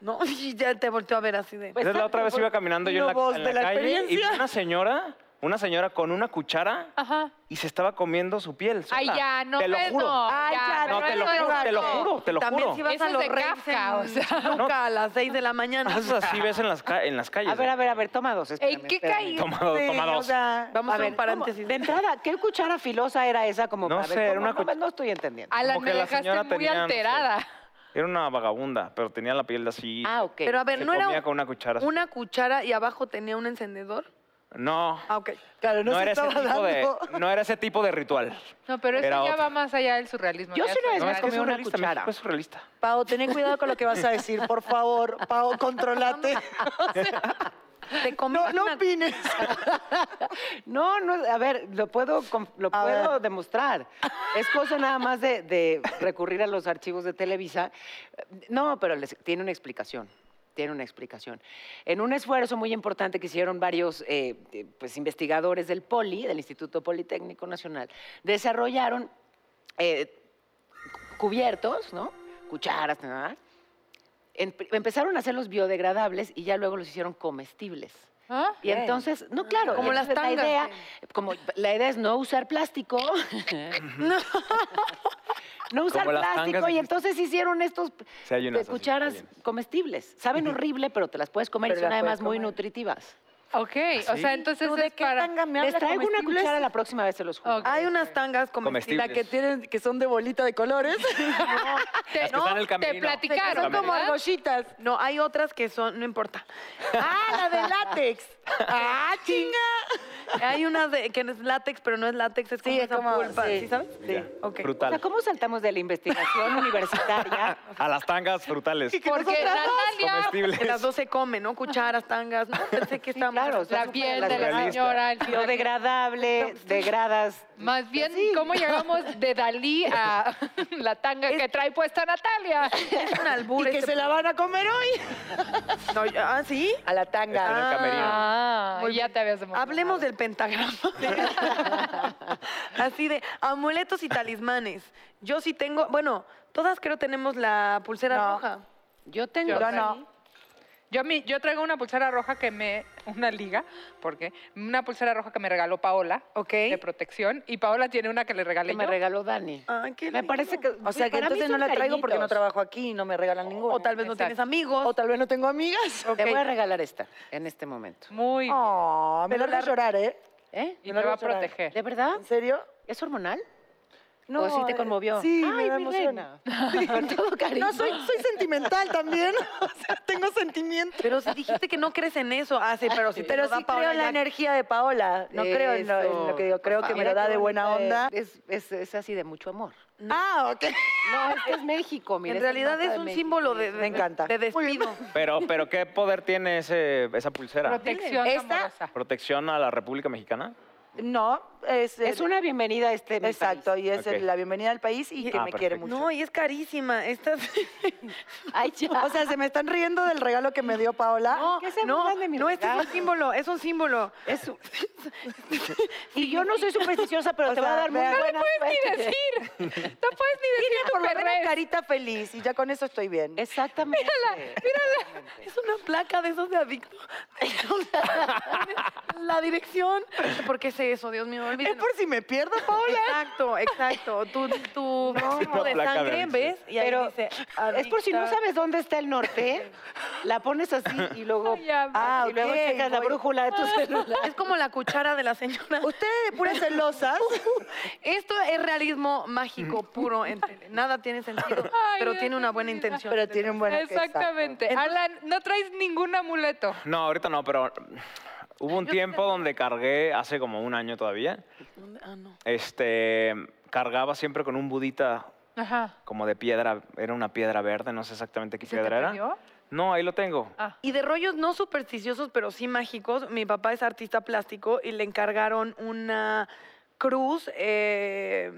S1: No, y Pues, ya te volteó a ver así de.
S6: Entonces, la otra vez iba caminando yo en la,
S2: voz
S6: en
S2: de
S6: la
S2: la
S6: calle y vi
S2: experiencia.
S6: una señora, una señora con una cuchara
S4: Ajá.
S6: y se estaba comiendo su piel.
S4: Ay,
S6: sola.
S4: ya, no.
S6: Te lo
S4: pues,
S6: juro.
S4: No,
S1: Ay, ya,
S6: No,
S4: pero
S6: te lo
S4: eso es
S6: juro, te lo
S4: gato.
S6: juro, te lo
S1: También
S6: juro.
S1: si vas
S4: Eso
S1: a
S4: es
S1: los
S4: de
S1: Reyes
S4: Kafka,
S1: en
S4: o sea.
S1: Toluca a las 6 de la mañana.
S6: Haces así, ves en las, ca- en las calles. ¿eh?
S3: A ver, a ver, a ver, toma dos. espérame,
S4: qué
S3: espérame.
S4: caí?
S6: Toma, dos, toma dos.
S1: Vamos a hacer un
S3: ¿cómo?
S1: paréntesis.
S3: De entrada, ¿qué cuchara filosa era esa? Como,
S6: No
S3: a ver,
S6: sé, era
S3: ¿cómo?
S6: una
S3: No,
S6: cuch-
S3: no estoy entendiendo.
S4: Alan,
S6: Como
S4: me
S6: que la
S4: dejaste
S6: señora
S4: muy
S6: tenía, no sé.
S4: alterada.
S6: Era una vagabunda, pero tenía la piel así.
S3: Ah, ok.
S1: Pero a ver,
S6: se
S1: ¿no
S6: comía
S1: era
S6: con una cuchara. así.
S1: una cuchara y abajo tenía un encendedor?
S6: No,
S1: Ah, ok.
S2: Claro,
S6: no,
S2: no, se
S6: era ese
S2: estaba
S6: tipo de,
S2: dando.
S6: no era ese tipo de ritual.
S4: No, pero eso
S6: Era
S4: ya
S6: otra.
S4: va más allá del surrealismo.
S3: Yo
S4: ya
S3: sí una vez
S4: surreal.
S3: me comí una
S6: surrealista,
S3: cuchara.
S6: México es surrealista.
S2: Pau, ten cuidado con lo que vas a decir, por favor. Pau, controlate.
S1: Te comí
S2: No, no
S1: una-
S2: opines.
S3: No, no, a ver, lo puedo, com- lo
S2: A
S3: puedo
S2: ver.
S3: demostrar. Es cosa nada más de, de recurrir a los archivos de Televisa. No, pero les- tiene una explicación. Tiene una explicación. En un esfuerzo muy importante que hicieron varios eh, eh, pues, investigadores del POLI, del Instituto Politécnico Nacional, desarrollaron eh, cubiertos, ¿no? Cucharas, nada. Em- Empezaron a hacerlos biodegradables y ya luego los hicieron comestibles.
S4: ¿Ah?
S3: Y entonces, no, claro,
S1: Como
S3: y
S1: las
S3: entonces
S1: tangas,
S3: La idea,
S1: sí.
S3: como la idea es no usar plástico. no usar
S6: Como las tangas
S3: plástico y
S6: dijiste.
S3: entonces hicieron estos
S6: Sí, hay unas
S3: eh,
S6: así,
S3: cucharas
S6: hay unas.
S3: comestibles. Saben horrible, pero te las puedes comer
S2: Pero
S3: y son
S2: las
S3: además
S2: puedes
S3: muy
S2: comer.
S3: nutritivas.
S4: Ok,
S6: ¿Ah,
S4: o sea, entonces
S2: ¿Tú de
S4: es
S2: qué
S4: para...
S2: tanga me
S3: Les
S2: hablas,
S3: traigo una
S2: comestibles?
S3: cuchara la próxima vez, se los juro.
S4: Ok.
S1: Hay unas tangas comestibles.
S6: Comestibles.
S2: La que tienen, que son de bolita de colores.
S4: Te,
S6: Las que están en el
S4: te
S6: camerino.
S4: platicaron,
S6: Son como
S4: ¿verdad?
S2: argollitas.
S1: No, hay otras que son, no importa.
S2: ¡Ah, la de látex! ¡Ah, chinga!
S1: Hay unas de- que es látex, pero no es látex, es como
S2: es
S1: esa
S2: como-
S1: pulpa,
S2: sí.
S1: ¿sí sabes?
S6: Ya,
S1: Ok.
S3: O sea,
S6: Frutal.
S3: ¿cómo saltamos de la investigación universitaria?
S6: A las tangas frutales.
S4: Porque Natalia,
S6: comestibles.
S1: Que las dos se comen, ¿no? Cucharas, tangas, ¿no? Pensé que estábamos...
S3: claro, o sea,
S4: la piel de la
S6: surrealista.
S4: señora, el
S3: Biodegradable, degradas.
S4: Más bien, ¿cómo llegamos de Dalí a la tanga que trae puesta Natalia?
S1: es un albur.
S2: Y que
S1: este-
S2: se la van a comer hoy.
S1: No, ya- ah, ¿sí?
S2: A la tanga.
S6: Está en el camerino.
S4: Ah,
S1: Muy
S4: ya
S1: bien.
S4: te habías emocionado.
S1: Hablemos del pentagrama. Así de amuletos y talismanes. Yo sí tengo, bueno, todas creo tenemos la pulsera
S2: No.
S1: roja.
S3: Yo tengo.
S4: Yo no. Yo, mi- yo traigo una pulsera roja que me... Una liga, porque Una pulsera roja que me regaló Paola.
S1: Ok.
S4: De protección. Y Paola tiene una que le regalé
S3: Que me
S4: yo.
S3: regaló Dani.
S1: Ay, qué
S3: Me
S1: lindo.
S3: parece que.
S2: O sea, que
S3: para mí
S2: entonces
S3: son
S2: no la traigo porque no
S3: cariñitos.
S2: trabajo aquí y no me regalan ninguna.
S1: O tal vez no
S4: Exacto.
S1: tienes amigos.
S2: O tal vez no tengo amigas.
S1: Ok.
S3: Te voy a regalar esta en este momento.
S4: Muy... bien.
S2: Oh, me
S1: Pero
S2: lo
S1: la-
S2: a llorar, ¿eh?
S3: ¿Eh?
S4: y
S2: no
S4: te
S2: lo
S4: va a
S2: llorar.
S4: proteger.
S3: ¿De verdad?
S2: ¿En serio?
S3: ¿Es hormonal? ¿O sí te
S2: eh,
S3: conmovió?
S2: Sí,
S3: Ay,
S2: me da
S3: mi
S2: emoción.
S3: reina.
S2: Sí.
S3: Con todo cariño.
S2: No, soy, soy sentimental también. O sea, tengo sentimientos.
S1: Pero si dijiste que no crees en eso. Ah, sí, pero si te
S2: Pero
S1: lo da
S2: sí
S1: Paola
S2: creo en la
S1: ya-
S2: energía de Paola. No creo en lo, en lo
S3: Eso,
S2: que digo.
S3: por
S2: Creo que me
S3: favor.
S2: lo da de buena
S3: Mira qué
S2: onda.
S3: bonita Es, es, es así de mucho amor.
S2: Ah, ok.
S3: No, es que es México, mira.
S1: En
S3: es el
S1: realidad
S3: mapa
S1: es
S3: de
S1: un
S3: México.
S1: símbolo de, de-
S2: Me encanta.
S1: de despido.
S6: Pero, pero ¿qué poder tiene ese, esa pulsera?
S4: Protección
S2: Esta-
S4: amorosa.
S6: ¿Protección a la República Mexicana?
S2: No, es,
S3: Es una bienvenida a este. mi
S2: Exacto,
S3: país.
S2: y es
S6: Ok.
S2: la bienvenida al país y que
S6: Ah,
S2: me quiere
S6: perfecto.
S2: mucho.
S1: No, y es carísima. Estas...
S3: Ay, ya.
S2: O sea, se me están riendo del regalo que me dio Paola.
S1: No,
S3: qué se
S1: no,
S3: burlan de mi
S1: no, este es un
S3: regalo?
S1: símbolo, es un símbolo.
S3: Es un- y yo no soy supersticiosa, pero
S2: O
S3: te va a
S2: sea,
S3: dar muy
S2: vean. No le
S3: buena
S4: puedes ni
S3: suerte.
S4: decir. No puedes ni decir tu
S2: por lo menos
S4: perrez.
S2: carita feliz y ya con eso estoy bien.
S3: Exactamente.
S1: Es una placa de esos de adicto. O sea, la dirección, porque se hace eso, Dios mío,
S2: Es
S1: olvídenlo.
S2: por si me pierdo, Paola.
S1: Exacto, exacto. Tu, tu grupo de
S6: placa de
S1: sangre,
S6: adicción.
S1: ¿ves? Y ahí
S3: Pero
S1: dice,
S3: Es por si no
S1: adicta.
S3: sabes dónde está el norte, la pones así y luego,
S4: Ya,
S3: ah, y luego
S2: ok,
S3: checas la
S2: voy.
S3: brújula de tu celular.
S1: Es como la cuchara de la señora.
S2: Ustedes de puras celosas.
S1: Esto es realismo mágico puro. en tele. Nada tiene sentido,
S4: Ay,
S1: pero
S4: Dios
S1: tiene una
S4: de mi
S1: buena
S4: vida.
S1: intención.
S2: pero tienen buena
S4: Exactamente. Alan, no traes ningún amuleto.
S6: No, ahorita no, pero hubo un tiempo donde cargué, hace como un año todavía,
S1: ¿Dónde? Ah, no.
S6: este, cargaba siempre con un budita
S4: Ajá.
S6: como de piedra, era una piedra verde, no sé exactamente qué piedra era.
S4: perdió?
S6: No, ahí lo tengo.
S4: Ah.
S1: Y de rollos no supersticiosos, pero sí mágicos. Mi papá es artista plástico y le encargaron una cruz. eh,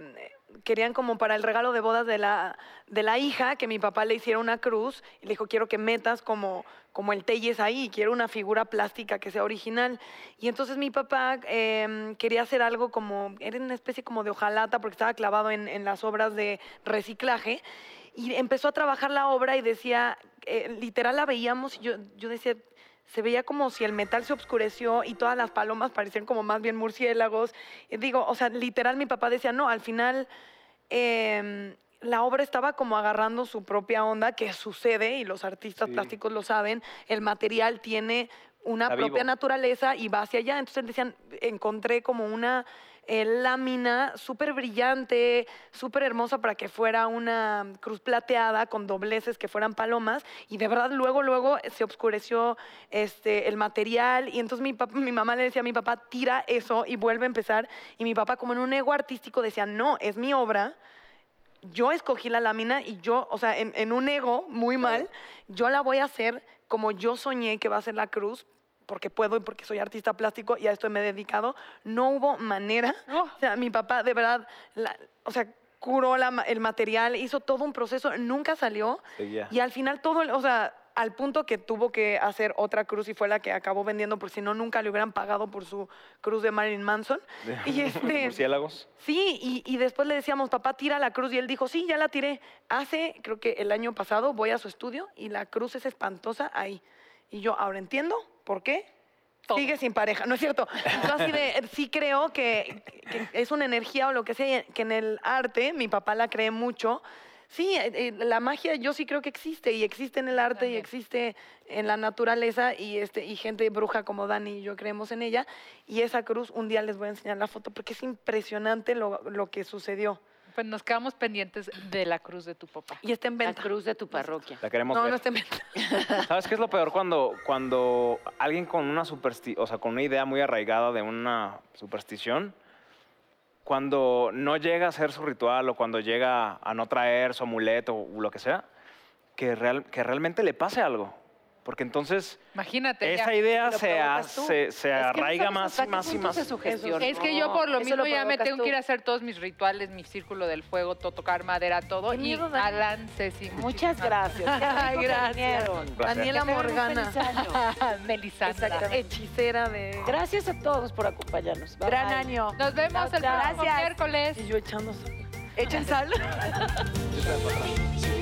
S1: querían como para el regalo de bodas de la, de la hija que mi papá le hiciera una cruz. Y le dijo, quiero que metas como, como el Telles ahí. Quiero una figura plástica que sea original. Y entonces mi papá eh, quería hacer algo como... Era una especie como de hojalata porque estaba clavado en- en las obras de reciclaje y empezó a trabajar la obra y decía, eh, literal la veíamos y yo, yo decía, se veía como si el metal se obscureció y todas las palomas parecían como más bien murciélagos. Y digo, o sea, literal mi papá decía, no, al final em, la obra estaba como agarrando su propia onda, que sucede y los artistas
S6: Sí.
S1: plásticos lo saben, el material tiene una
S6: Está
S1: propia
S6: vivo.
S1: naturaleza y va hacia allá. Entonces decían, encontré como una eh, lámina súper brillante, súper hermosa para que fuera una cruz plateada con dobleces que fueran palomas y de verdad luego, luego se obscureció este, el material y entonces mi, pap- mi mamá le decía a mi papá, tira eso y vuelve a empezar y mi papá como en un ego artístico decía, no, es mi obra. Yo escogí la lámina y yo, o sea, en, en un ego muy mal, yo la voy a hacer como yo soñé que va a ser la cruz, porque puedo y porque soy artista plástico y a esto me he dedicado. No hubo manera
S4: No.
S1: o sea, mi papá de verdad, la- o sea, curó la ma- el material, hizo todo un proceso, nunca salió.
S6: Seguía.
S1: Y al final todo, el- o sea, al punto que tuvo que hacer otra cruz y fue la que acabó vendiendo, porque si no, nunca le hubieran pagado por su cruz de Marilyn Manson. Y este,
S6: Murciélagos.
S1: sí, y, y después le decíamos, papá, tira la cruz. Y él dijo, sí, ya la tiré. Hace, creo que el año pasado, voy a su estudio y la cruz es espantosa ahí. Y yo ahora entiendo por qué
S4: Todo.
S1: sigue sin pareja, ¿no es cierto? Yo así de, sí creo que, que es una energía o lo que sea, que en el arte, mi papá la cree mucho. Sí, eh, eh, la magia yo sí creo que existe y existe en el arte y
S4: También.
S1: existe en la naturaleza y, este, y gente bruja como Dani y yo creemos en ella. Y esa cruz, un día les voy a enseñar la foto porque es impresionante lo, lo que sucedió.
S4: Pues nos quedamos pendientes de la cruz de tu papá.
S1: Y está en
S3: La
S1: venta.
S3: cruz de tu parroquia.
S6: La queremos
S1: No,
S6: ver.
S1: no está en venta.
S6: ¿Sabes qué es lo peor cuando, cuando alguien con una supersti- o sea, con una idea muy arraigada de una superstición, cuando no llega a hacer su ritual o cuando llega a no traer su amuleto o lo que sea, que, real- que realmente le pase algo? Porque entonces
S4: Imagínate. ya.
S6: esa idea
S3: lo
S6: se,
S3: provocas
S6: hace-
S3: tú.
S6: se, se
S3: Es que no
S6: arraiga
S3: sabes
S6: más
S3: hasta
S6: y
S3: qué
S6: más y
S3: punto
S6: más.
S3: se sugestiona.
S4: Es que yo por lo
S3: Eso
S4: mismo ya me
S3: provocas
S4: tengo
S3: tú.
S4: que ir a hacer todos mis rituales, mis círculos del fuego, todo, tocar madera, todo.
S1: Qué
S4: Y
S1: miedo, Dani.
S4: Alan, Ceci.
S3: Muchas gracias.
S1: Ay, gracias.
S6: Placer.
S1: Daniela Morgana,
S4: gracias. Melisandra.
S1: hechicera de...
S3: Gracias a todos por acompañarnos. Bye,
S2: Gran
S3: bye.
S2: año.
S4: Nos vemos el próximo
S2: Gracias.
S4: miércoles.
S1: Y yo echando sal.
S2: Echen sal.
S8: you